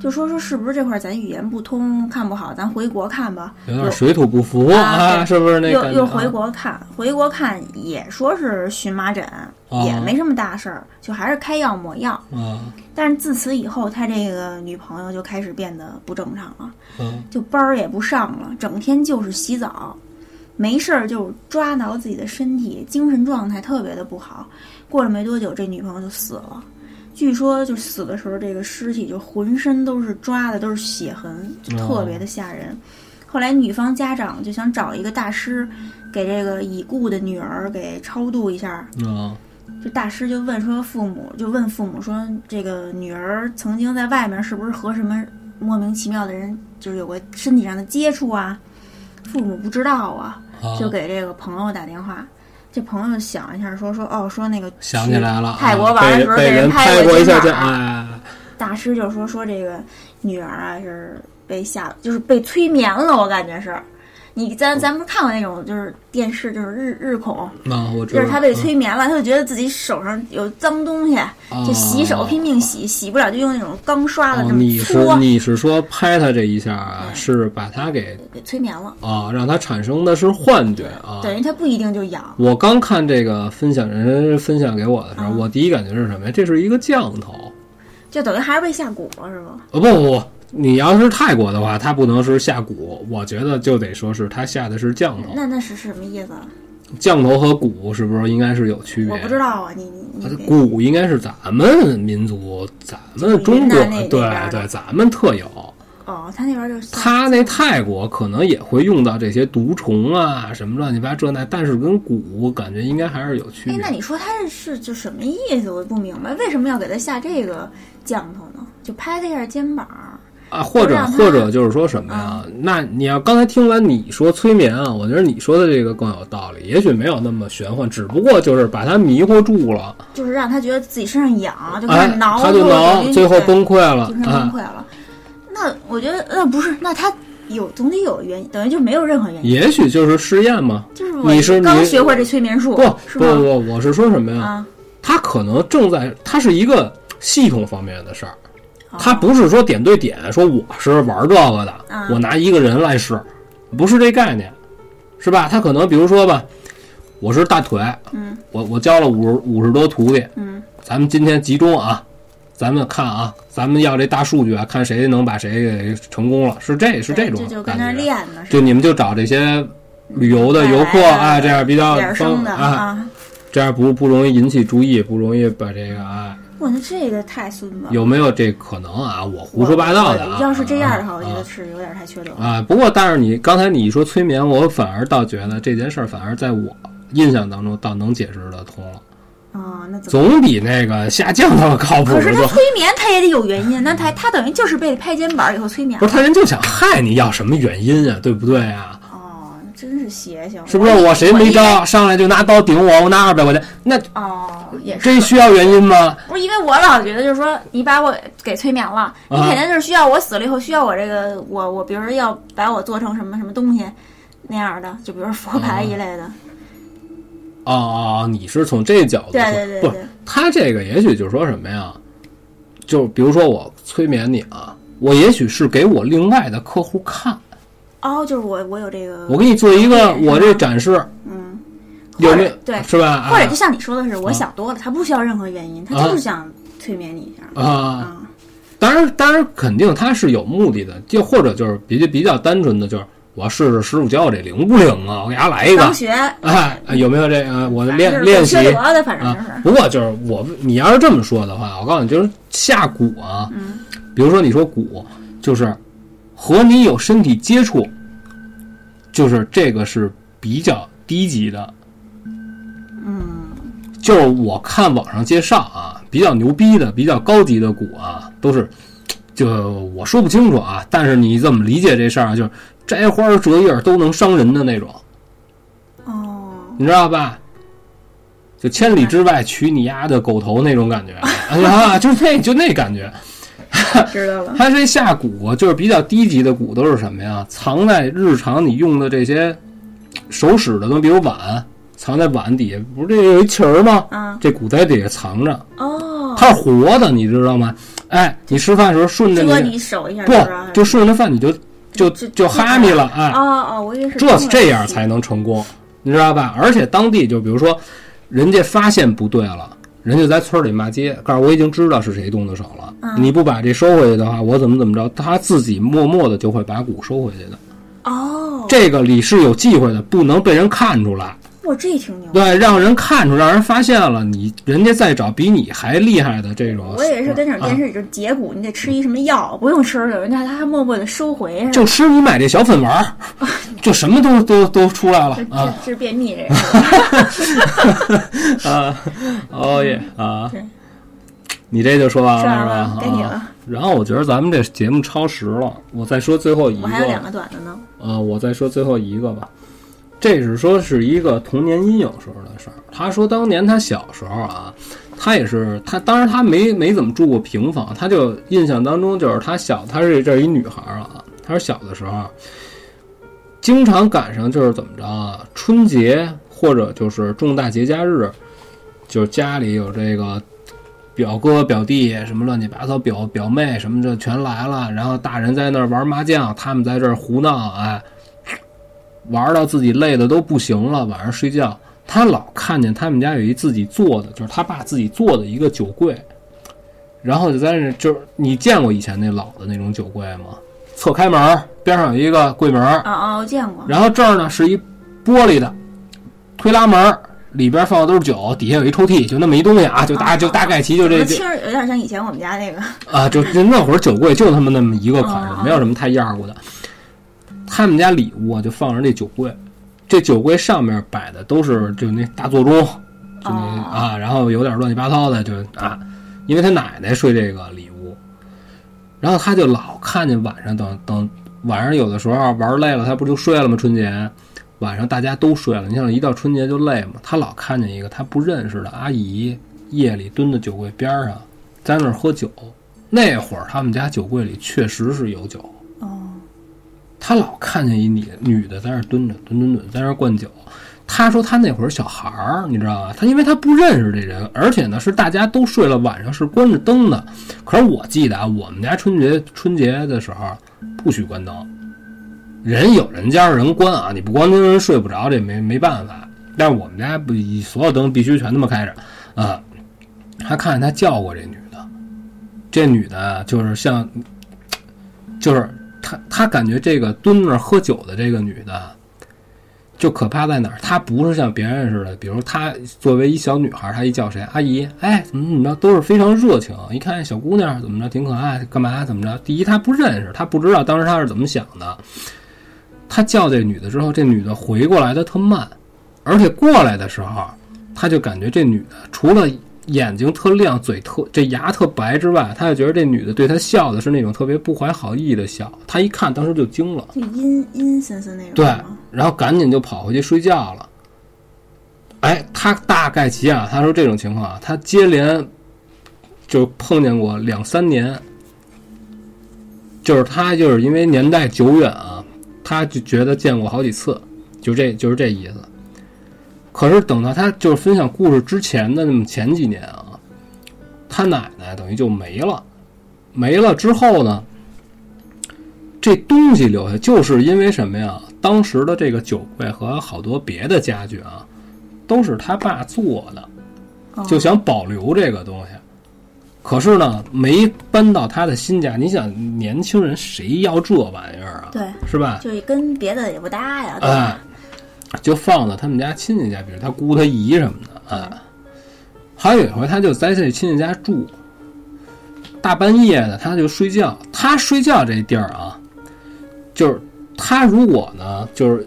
就说说是不是这块儿咱语言不通，看不好，咱回国看吧。有点水土不服啊，对是不是那又个？又回国看，回国看也说是荨麻疹，啊哦也没什么大事儿，就还是开药抹药。啊但是自此以后，他这个女朋友就开始变得不正常了。嗯就班儿也不上了，整天就是洗澡，没事儿就抓挠自己的身体，精神状态特别的不好。过了没多久，这女朋友就死了。据说就死的时候，这个尸体就浑身都是抓的，都是血痕，就特别的吓人。后来女方家长就想找一个大师，给这个已故的女儿给超度一下，嗯就大师就问说父母就问父母说这个女儿曾经在外面是不是和什么莫名其妙的人就是有过身体上的接触啊？父母不知道啊，啊，就给这个朋友打电话。这朋友想一下说说哦说那个想起来了啊，去泰国玩的时候被被人拍过一下肩肩，膀，哎，大师就说说这个女儿啊是被吓就是被催眠了，我感觉是。你哦咱咱不是看过那种就是电视就是日日恐，啊，我知就道，是他被催眠了，他就觉得自己手上有脏东西，嗯就洗手哦拼命洗，洗不了就用那种钢刷子哦这么你是搓，你是说拍他这一下啊，是把他给给催眠了。啊，让他产生的是幻觉啊。等于他不一定就痒，我刚看这个分享人分享给我的时候，嗯我第一感觉是什么呀？这是一个降头。就等于还是被下蛊了，是吗？哦不不不，你要是泰国的话，它不能是下蛊，我觉得就得说是它下的是降头。那那是什么意思？啊？降头和蛊是不是应该是有区别？我不知道啊，你你呃你给蛊应该是咱们民族，咱们就是中云国南那那对边儿的对，咱们特有。哦，他那边就是他那泰国可能也会用到这些毒虫啊，什么乱七八这那，但是跟蛊感觉应该还是有区哎，别那。你说他是是就什么意思？我不明白，为什么要给他下这个降头呢？就拍他一下肩膀，啊，或就者让他嗯或者就是说什么呀？那你要刚才听完你说催眠啊，我觉得你说的这个更有道理，也许没有那么玄幻，只不过就是把他迷惑住了，就是让他觉得自己身上痒，就开哎始，挠，他就挠，最后崩崩溃了精神崩啊溃。了。那我觉得，那不是，那他有总得有原因，等于就没有任何原因，也许就是试验嘛。就是我你是刚你学会这催眠术，不是不吗？不，我是说什么呀？啊，他可能正在，他是一个系统方面的事儿，哦他不是说点对点，说我是玩这个的啊，我拿一个人来试，不是这概念，是吧？他可能比如说吧，我是大腿，嗯我我教了五十五十多徒弟，嗯咱们今天集中啊，咱们看啊，咱们要这大数据啊，看谁能把谁给成功了，是这是这对种就就跟那儿感觉。练呢，是就你们就找这些旅游的游客外来的啊，这样比较点儿方生的啊，啊。这样不不容易引起注意，不容易把这个啊，我那这个太孙子了，有没有这可能啊？我胡说八道的啊我。要是这样的话，啊我觉得是有点太缺德了。啊，不过但是你刚才你一说催眠，我反而倒觉得这件事儿反而在我印象当中倒能解释得通了，啊，那怎么？总比那个下降头靠谱可是得他多。催眠，他也得有原因。那他他等于就是被拍肩膀以后催眠不。是他人就想害你，要什么原因啊？对不对啊？哦，真是邪性。是不是我谁没？招，上来就拿刀顶我，我拿二百块钱，那哦，也是。这需要原因吗？不是因为我老觉得就是说，你把我给催眠了，啊你肯定就是需要我死了以后需要我这个我我，比如说要把我做成什么什么东西那样的，就比如说佛牌一类的。哦哦，哦你是从这角度说，对对对不对是他这个也许就是说什么呀？就比如说我催眠你啊，我也许是给我另外的客户看，哦，就是我我有这个，啊我给你做一个嗯我这展示，嗯，有没或有者对，是吧？啊或者就像你说的是，我啊想多了，他不需要任何原因，他就是想催眠你一下。啊，啊，当然当然肯定他是有目的的，就或者就是比较比较单纯的就是我要试试师傅教我这灵不灵啊，我给他来一个刚学，哎，有没有这个我的反练正就是练习缺德的，反正就啊是，？不过就是我，你要是这么说的话，我告诉你，就是下蛊啊，嗯比如说你说蛊，就是和你有身体接触，就是这个是比较低级的。嗯，就是我看网上介绍啊，比较牛逼的、比较高级的蛊啊，都是就我说不清楚啊，但是你怎么理解这事儿啊？就是摘花折叶儿都能伤人的那种。啊哦，你知道吧？就千里之外取你丫的狗头那种感觉啊， 就是那就那感觉。知 道了。它这下蛊啊就是比较低级的蛊，都是什么呀？藏在日常你用的这些手使的东西，比如碗，藏在碗底下，不是这有一旗儿吗？啊，这蛊在底下藏着，哦，它是活的，你知道吗？哎，你吃饭的时候顺着遮你你手一下，不是吧就顺着饭你就就就就哈密了，哎，哦哦，我以为是这中文这样才能成功，你知道吧？而且当地就比如说，人家发现不对了，人家在村里骂街，告诉我已经知道是谁动的手了，嗯你不把这收回去的话，我怎么怎么着？他自己默默的就会把骨收回去的。哦，这个里是有忌讳的，不能被人看出来。我这挺牛。对，让人看出，让人发现了你，人家再找比你还厉害的这种。我也是跟那种电啊视里就截骨，你得吃一什么药，不用吃了，人家他还默默的收回，是吧就吃你买这小粉丸 儿，就什么都都都出来了就 啊！治治便秘这个。啊，哦耶啊对！你这就说完了说完是吧？了啊该你了然后我觉得咱们这节目超时了，我再说最后一我个还有两个短的呢。啊，我再说最后一个吧。这是说是一个童年阴影时候的事儿。他说当年他小时候啊，他也是他，当然他没没怎么住过平房，他就啊印象当中就是他小，他是这儿一女孩儿啊，他是小的时候，经常赶上就是怎么着啊，春节或者就是重大节假日，就是家里有这个表哥表弟什么乱七八糟表表妹什么的全来了，然后大人在那儿玩麻将，他们在这儿胡闹，哎，玩到自己累的都不行了，晚上睡觉。他老看见他们家有一哎自己做的，就是他爸自己做的一个酒柜，然后就在那，就是你见过以前那老的那种酒柜吗？侧开门儿边上有一个柜门儿，哦哦，见过，然后这儿呢是一玻璃的推拉门儿，里边放的都是酒，底下有一抽屉，就那么一东西啊，就大就大概齐就这我这听着有点像以前我们家那个，啊，就就那会儿酒柜就他妈那么一个款哦式，没有什么太样儿过的。他们家里屋啊，就放着那酒柜，这酒柜上面摆的都是就那大座钟，就那哦啊，然后有点乱七八糟的，就啊，因为他奶奶睡这个里屋，然后他就老看见晚上等等晚上有的时候玩累了，他不就睡了吗？春节晚上大家都睡了，你想一到春节就累嘛，他老看见一个他不认识的阿姨夜里蹲在酒柜边上，在那儿喝酒。那会儿他们家酒柜里确实是有酒，哦，他老看见一女女的在那儿蹲着，蹲蹲蹲，在那儿灌酒。他说他那会儿小孩儿，你知道吧？他因为他不认识这人，而且呢是大家都睡了，晚上是关着灯的。可是我记得啊，我们家春节春节的时候不许关灯，人有人家人关啊，你不关灯人睡不着，这没没办法。但是我们家不所有灯必须全他妈开着啊。他看见他叫过这女的，这女的啊就是像，就是他他感觉这个蹲那儿喝酒的这个女的，就可怕在哪儿？她不是像别人似的，比如她作为一小女孩，她一叫谁阿姨，哎，怎么怎么着，都是非常热情。一看哎小姑娘怎么着，挺可爱，干嘛怎么着？第一，她不认识，她不知道当时她是怎么想的。她叫这女的之后，这女的回过来的特慢，而且过来的时候，她就感觉这女的除了。眼睛特亮，嘴特这牙特白之外，她就觉得这女的对她笑的是那种特别不怀好意的笑。她一看，当时就惊了。就阴阴森森那种，对是吗，然后赶紧就跑回去睡觉了。哎，他大概其啊，他说这种情况啊，他接连就碰见过两三年，就是他就是因为年代久远啊，他就觉得见过好几次，就这就是这意思。可是等到他就是分享故事之前的那么前几年啊，他奶奶等于就没了，没了之后呢，这东西留下，就是因为什么呀？当时的这个酒柜和好多别的家具啊，都是他爸做的，哦就想保留这个东西。可是呢，没搬到他的新家。你想，年轻人谁要这玩意儿啊？对，是吧？就是跟别的也不搭呀，对哎吧？，就放到他们家亲戚家，比如他姑、他姨什么的。哎，还有一回，他就在这亲戚家住，大半夜的他就睡觉。他睡觉这地儿啊，就是他如果呢，就是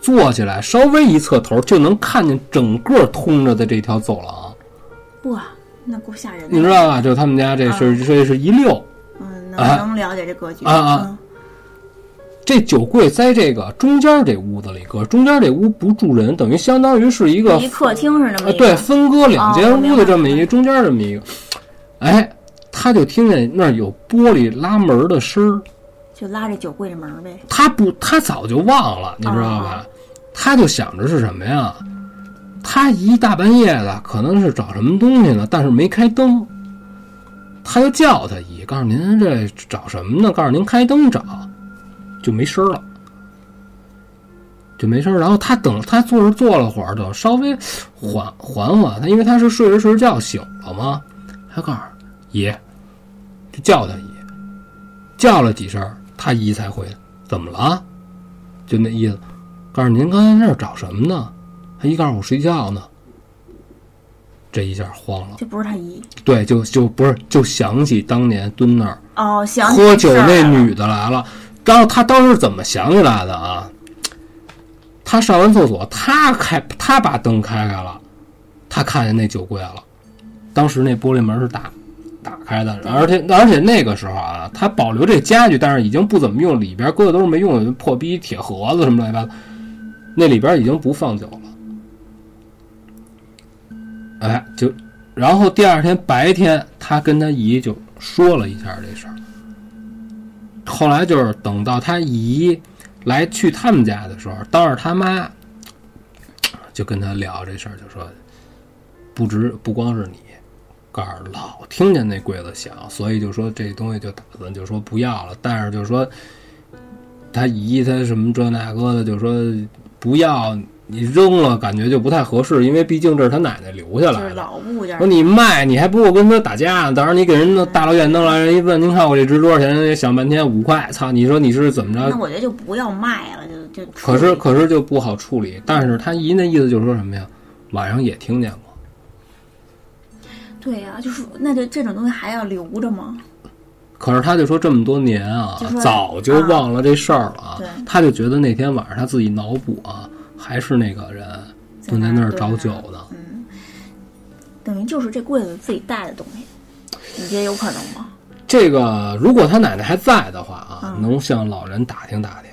坐起来稍微一侧头，就能看见整个通着的这条走廊，哇，那够吓人你的，知道吧？就他们家这是这是一溜。嗯，啊能能了解这格局嗯啊啊这酒柜在这个中间这屋子里搁，中间这屋不住人，等于相当于是一嗯个一客厅是那么啊，一个对，，分割两间哦明屋白的这么一个中间这么一个，哎，他就听见那儿有玻璃拉门的声儿，就拉着酒柜的门儿呗，他不，他早就忘了，你知道吧？他就想着是什么呀？他一大半夜的，可能是找什么东西呢，但是没开灯，他就叫他姨，告诉您这找什么呢？告诉您开灯找，就没声儿了。就没事儿。然后他等他坐着坐了会儿，等稍微缓缓缓，他因为他是睡着睡着觉醒了嘛，他告诉爷，就叫他爷，叫了几声儿，他姨才回来，怎么了？就那意思，告诉您刚才那儿找什么呢？他姨告诉我睡觉呢。这一下慌了，这不是他姨对，就就不是就想起当年蹲那儿哦，想起喝酒这事儿啊那来了女的来了，然后他当时怎么想起来的啊？他上完厕所，他开他把灯开开了，他看见那酒柜了。当时那玻璃门是打打开的，而且而且那个时候啊，他保留这家具，但是已经不怎么用，里边搁的都是没用的破逼铁盒子什么乱七八糟，那里边已经不放酒了。哎，就然后第二天白天，他跟他姨就说了一下这事儿。后来就是等到他姨来去他们家的时候，当着他妈就跟他聊这事儿，就说不止不光是你，告诉老听见那柜子响，所以就说这东西就打算就说不要了，但是就说他姨他什么这那个的就说不要。你扔了，感觉就不太合适，因为毕竟这是他奶奶留下就来是的。老物件儿说，你卖，你还不如跟他打架呢。到时候你给人嗯弄大老远弄来，人一问，您看我这值多少钱？人家想半天五块，操！你说你是怎么那着？我觉得就不要卖了，就就处可是理可是就不好处理。但是他姨那意思就是说什么呀？晚上也听见过，对呀、就是那就这种东西还要留着吗？可是他就说这么多年啊就说，早就忘了这事儿了啊对。他就觉得那天晚上他自己脑补啊，还是那个人蹲在那儿找酒的。嗯，等于就是这柜子自己带的东西，你觉得有可能吗？这个如果他奶奶还在的话啊，嗯能向老人打听打听。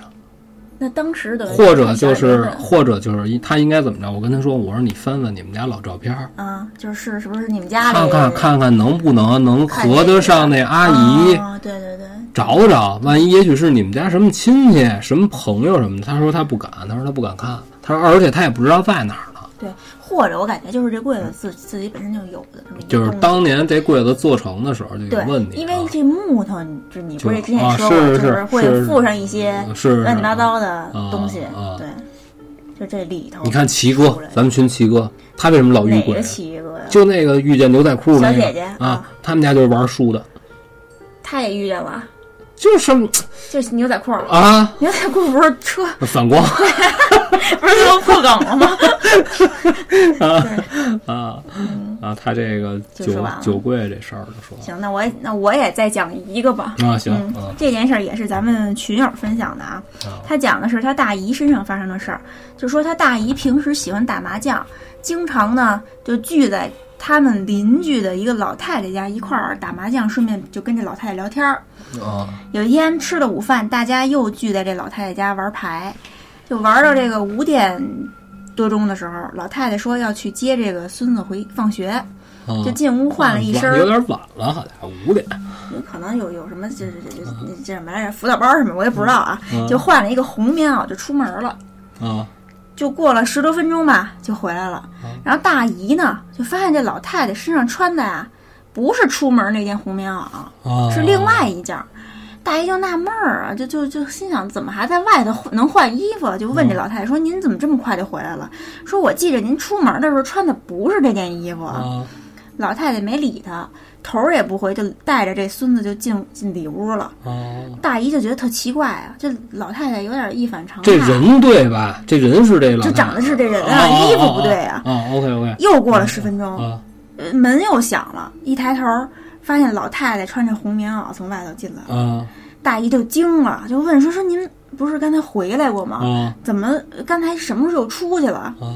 那当时等于或者就小是人，问或者就是一他应该怎么着？我跟他说，我说你翻翻你们家老照片儿，啊，就是是不是你们家里看看看看能不能能看合得上那这个阿姨，啊对对对，找找，万一也许是你们家什么亲戚、什么朋友什么的。他说他不敢，他说他不敢看，他说而且他也不知道在哪儿呢。对，或者我感觉就是这柜子自自己本身就有的，这么一就是东西当年这柜子做成的时候就有嗯对问，题因啊为，这木头，你就你不是就之前啊说过，是就是会是附上一些嗯是乱七八糟的东西，啊啊对，就这里头。你看齐哥出来，咱们群齐哥，他为什么老遇哪鬼个啊？七哥呀？就那个遇见牛仔裤那小个姐姐啊啊，他们家就是玩书的，他也遇见了，就是就是牛仔裤。 啊牛仔裤不是说反光。不是说破梗了吗？啊啊，他这个就酒说完了酒柜这事儿就说 行，那我也那我也再讲一个吧。啊，行嗯嗯，这件事儿也是咱们群友分享的啊。他讲的是他大姨身上发生的事儿，就说他大姨平时喜欢打麻将，经常呢就聚在他们邻居的一个老太太家一块儿打麻将，顺便就跟这老太太聊天儿。啊，有一天吃了午饭，大家又聚在这老太太家玩牌，就玩到这个五点多钟的时候，老太太说要去接这个孙子回放学，啊就进屋换了一身儿晚有点晚了，好家伙，五点有可能有有什么这这这这这什么来着辅导班儿什么，我也不知道啊嗯，就换了一个红棉袄就出门了。啊就过了十多分钟吧，就回来了。然后大姨呢，就发现这老太太身上穿的啊，不是出门那件红棉袄，啊，是另外一件儿。大姨就纳闷儿啊，就就就心想，怎么还在外头换能换衣服？就嗯问这老太太说：“您怎么这么快就回来了？”说：“我记着您出门的时候穿的不是这件衣服。”啊老太太没理他，头儿也不回，就带着这孙子就进进里屋了。啊，大姨就觉得特奇怪啊，这老太太有点一反常态。这人对吧？这人是这老太太，就长得是这人啊哦哦衣服不对啊哦哦，OK OK 又过了十分钟，啊呃门又响了，一抬头发现老太太穿着红棉袄从外头进来了，啊大姨就惊了，就问说说您不是刚才回来过吗？啊怎么刚才什么时候出去了？啊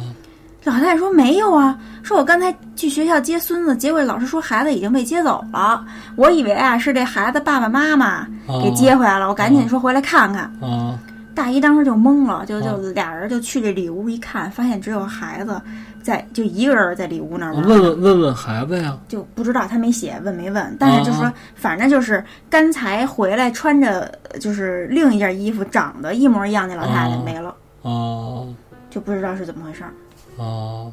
老太太说没有啊，说我刚才去学校接孙子，结果老师说孩子已经被接走了，我以为啊是这孩子爸爸妈妈哦给接回来了，我赶紧说回来看看。啊大姨当时就懵了，就就哦俩人就去这里屋一看，发现只有孩子在，就一个人在里屋那儿玩。问问问问孩子呀，就不知道他没写问没问，但是就说啊反正就是刚才回来穿着就是另一件衣服，长得一模一样那老太太啊没了，啊就不知道是怎么回事儿。啊，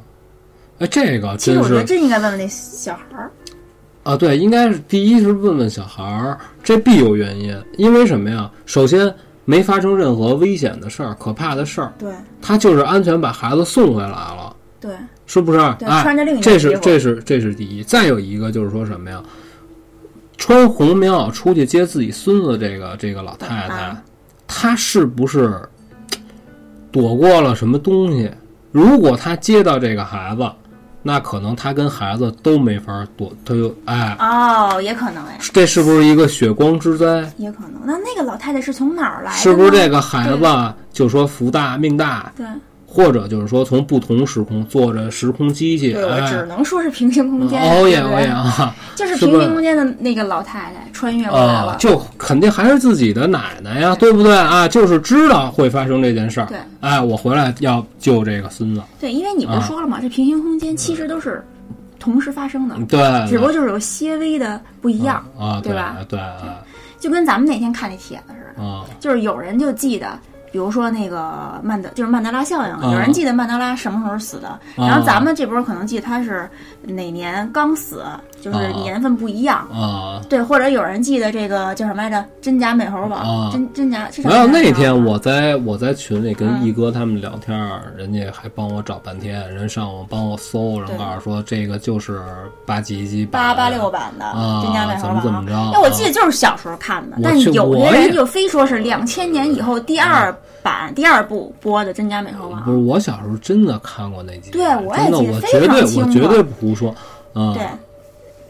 哎，这个其实真我是觉得真应该问问那小孩儿，啊，对，应该是第一是问问小孩儿，这必有原因，因为什么呀？首先没发生任何危险的事儿、可怕的事儿，对他就是安全把孩子送回来了，对，是不是？对哎，穿着另一件这衣是服这是这是第一。再有一个就是说什么呀？穿红棉袄出去接自己孙子，这个这个老太太啊，她是不是嘖躲过了什么东西？如果她接到这个孩子，那可能她跟孩子都没法躲，她就哎，哦，也可能哎，这是不是一个血光之灾？也可能。那那个老太太是从哪儿来的呢？是不是这个孩子就说福大命大，对或者就是说从不同时空坐着时空机器？对，我哎，只能说是平行空间，哦耶对不哦对耶 啊就是是平不是行空间的那个老太太穿越过来啊了！，就肯定还是自己的奶奶呀，对不对啊？就是知道会发生这件事儿对，哎，我回来要救这个孙子，对，因为你不啊是说了吗？这平行空间其实都是同时发生的，对，啊只不过就是有些微的不一样，啊，对吧对对啊就跟咱们那天看那帖子似的，啊就是有人就记得比如说那个曼德，就是曼德拉效应，嗯有人记得曼德拉什么时候死的，嗯然后咱们这波可能记得他是哪年刚死，就是嗯年份不一样。啊。对，或者有人记得这个叫什么来着？真假美猴王，啊真真假是叫然后真假美那猴天王我在我在群里跟嗯一哥他们聊天儿，人家还帮我找半天，人上网帮我搜，然后对告诉说这个就是八级级八八六版的啊真假美猴王，怎么怎么着嗯哎，我记得就是小时候看的，我但去有我的也人就非说是两千年以后第二版、第二部播的真假美猴不王，是，我小时候真的看过那集，对我也真的，记得我非绝常对清我绝楚对不胡说啊！对，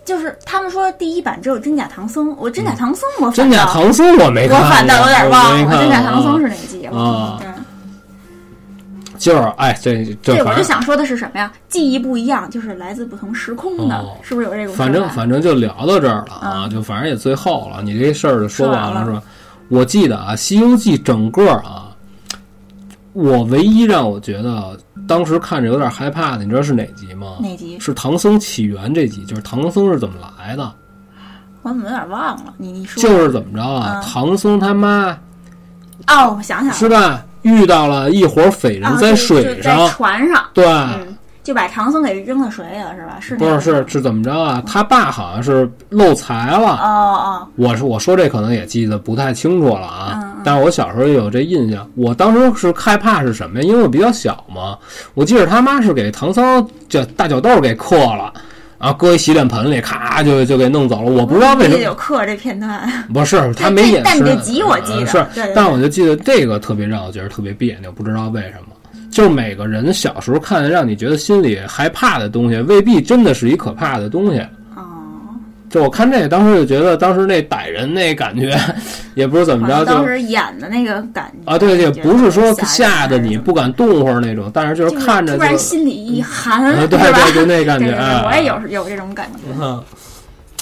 就是他们说第一版只有真假唐僧，我真假唐僧我嗯真反假倒唐僧哎我没我看过，反倒有点忘没了，看真假过唐僧啊是哪季？啊我嗯，就是哎，这这对，我反就正想说的是什么呀？记忆不一样，就是来自不同时空的哦，是不是有这种说法？反正反正就聊到这儿了啊，嗯就反正也最后了，你这事儿就说完说完了是吧？我记得啊，《西游记》整个啊，我唯一让我觉得当时看着有点害怕的，你知道是哪集吗？哪集是唐僧起源这集，就是唐僧是怎么来的，我怎么有点忘了？你你说就是怎么着啊？嗯唐僧他妈哦，我想想是了，吧？遇到了一伙匪人啊在就水就上，在船上。对，嗯，就把唐僧给扔到水里了，是吧？是那不个是是是怎么着啊？他爸好像是漏财哦了，哦，我是我说这可能也记得不太清楚了嗯啊嗯，但是我小时候有这印象。我当时是害怕是什么呀？因为我比较小嘛，我记得他妈是给唐僧这大脚豆给克了。啊，搁一洗脸盆里，咔就就给弄走了。我不知道为什记得么，有刻这片段，不是他没演示。嗯但这集我记得呃对是对，但我就记得这个特别让我觉得特别别扭，不知道为什么。就是每个人小时候看的让你觉得心里害怕的东西，未必真的是一可怕的东西。哦，就我看这个，当时就觉得当时那逮人那感觉，也不是怎么好着，像当就时演的那个感觉啊，对，也觉得不是说吓人吓得你不敢动会儿那种，但是就就是是看着突就然，心里一寒， 啊对是吧对，就那感觉对对对哎我也有有这种感觉，嗯，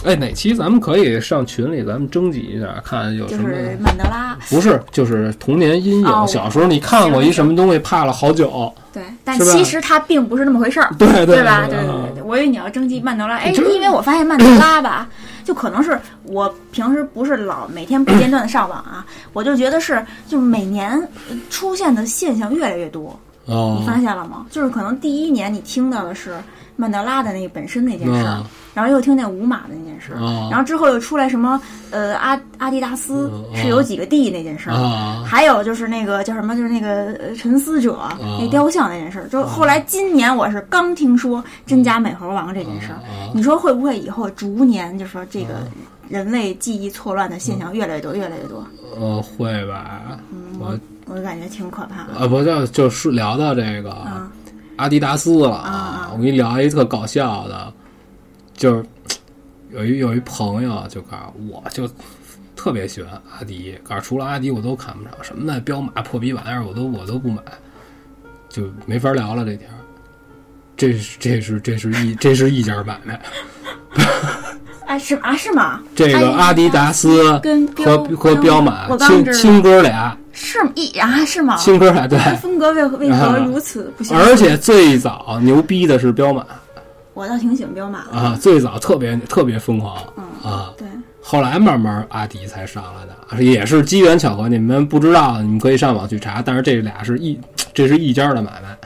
哎，哪期咱们可以上群里咱们征集一下，看有就什么。是曼德拉，不是，就是童年阴影。哦小时候你看过一什么东西，怕了好久。哦对，但是吧其实它并不是那么回事儿，对对对啊吧？对对对对对，我以为你要征集曼德拉，哎，这因为我发现曼德拉吧，就可能是我平时不是老每天不间断的上网啊，我就觉得是就是每年呃出现的现象越来越多，哦你发现了吗？就是可能第一年你听到的是曼德拉的那个本身那件事儿嗯，然后又听见五马的那件事儿，哦然后之后又出来什么呃阿阿迪达斯嗯是有几个 D 那件事儿，啊，还有就是那个叫什么，就是那个呃沉思者、嗯那雕像那件事儿，就是后来今年我是刚听说真假美猴王这件事儿，啊你说会不会以后逐年就说这个嗯人类记忆错乱的现象越来越多，越来越多？呃，会吧？嗯我我就感觉挺可怕的。啊，不就就是聊到这个啊阿迪达斯了啊啊我给你聊一特搞笑的，就是有一有一朋友就告诉我，我就特别喜欢阿迪，告诉除了阿迪我都看不上，什么那彪马破逼玩意儿我都我都不买，就没法聊了这天儿。这是这是这是一这是一家买卖， 哎，是啊，是吗？这个阿迪达斯跟和彪和彪彪马我刚亲知道亲哥俩，是一啊，是吗？亲哥俩 对，这风格为何为何如此不相似？啊而且最早牛逼的是彪马我倒挺喜欢彪马的，啊，最早特别特别疯狂啊，对，后来慢慢阿迪才上来的，啊也是机缘巧合，你们不知道，你们可以上网去查，但是这俩是一这是一家的买卖，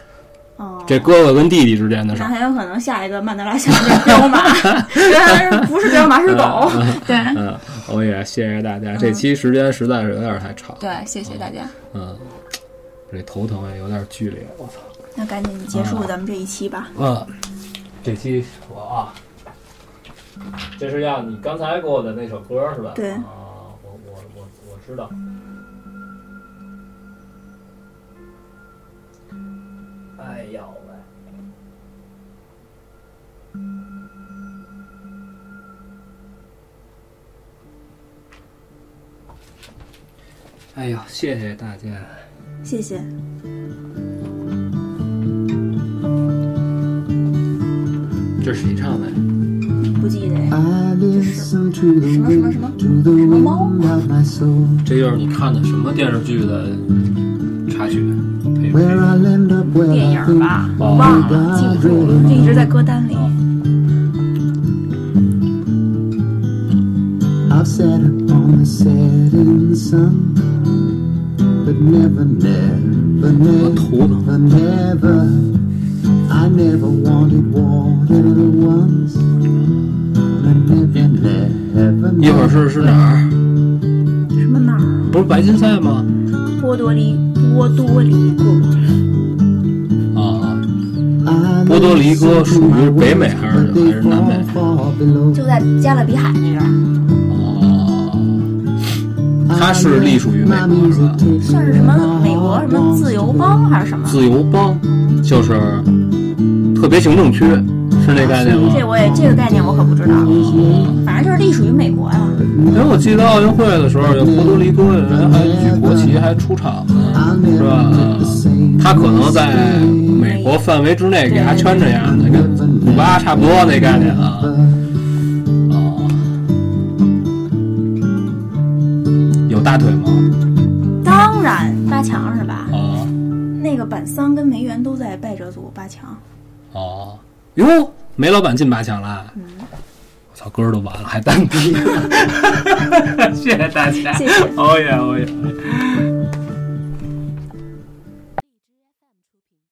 哦。这哥哥跟弟弟之间的事那儿。很有可能下一个曼德拉效应 彪马，原来不是彪马是狗， 对嗯，我也谢谢大家，这期时间实在是有点太长。，对，谢谢大家。嗯，这头疼也有点剧烈，我操。那赶紧结束咱们这一期吧。嗯，这期我啊，这是要你刚才给我的那首歌是吧？对啊，我我我我知道。哎呦喂！哎呦，谢谢大家。谢谢，这是谁唱的呀？不记得。 I listen to the 什么什么什 wind, 么 to the 什么猫 wind of my soul. 这就是你看的什么电视剧的插曲？配乐 Where I'll end up, where 电 I 影 think. 吧，哦我忘了，记不住了，就一直在歌单里。 I've sat upon the setting sun, but never, never. 我头疼。 I never, I never wanted more than once. I never, never, 一会儿是是哪儿？什么哪儿？不是白金赛吗？波多黎波多黎各，啊啊！ never. 波多黎各属于北美还是还是南美？就在加勒比海那边儿，啊哦，它是隶属于美国是吧？算是什么美国什么自由邦还是什么？自由邦就是特别行政区，是那概念吗？这我也这个概念我可不知道，哦反正就是隶属于美国呀、因为我记得奥运会的时候，有波多黎各人还举国旗还出场呢，是吧？啊他可能在美国范围之内给他圈这样的，跟古巴差不多那概念啊。哦，有大腿吗？当然八强是吧？哦那个板桑跟梅园都在败者组八强，哦，哟，梅老板进八强啦！我操，歌儿 都完了，还单逼，谢谢大家谢谢，哦耶哦耶。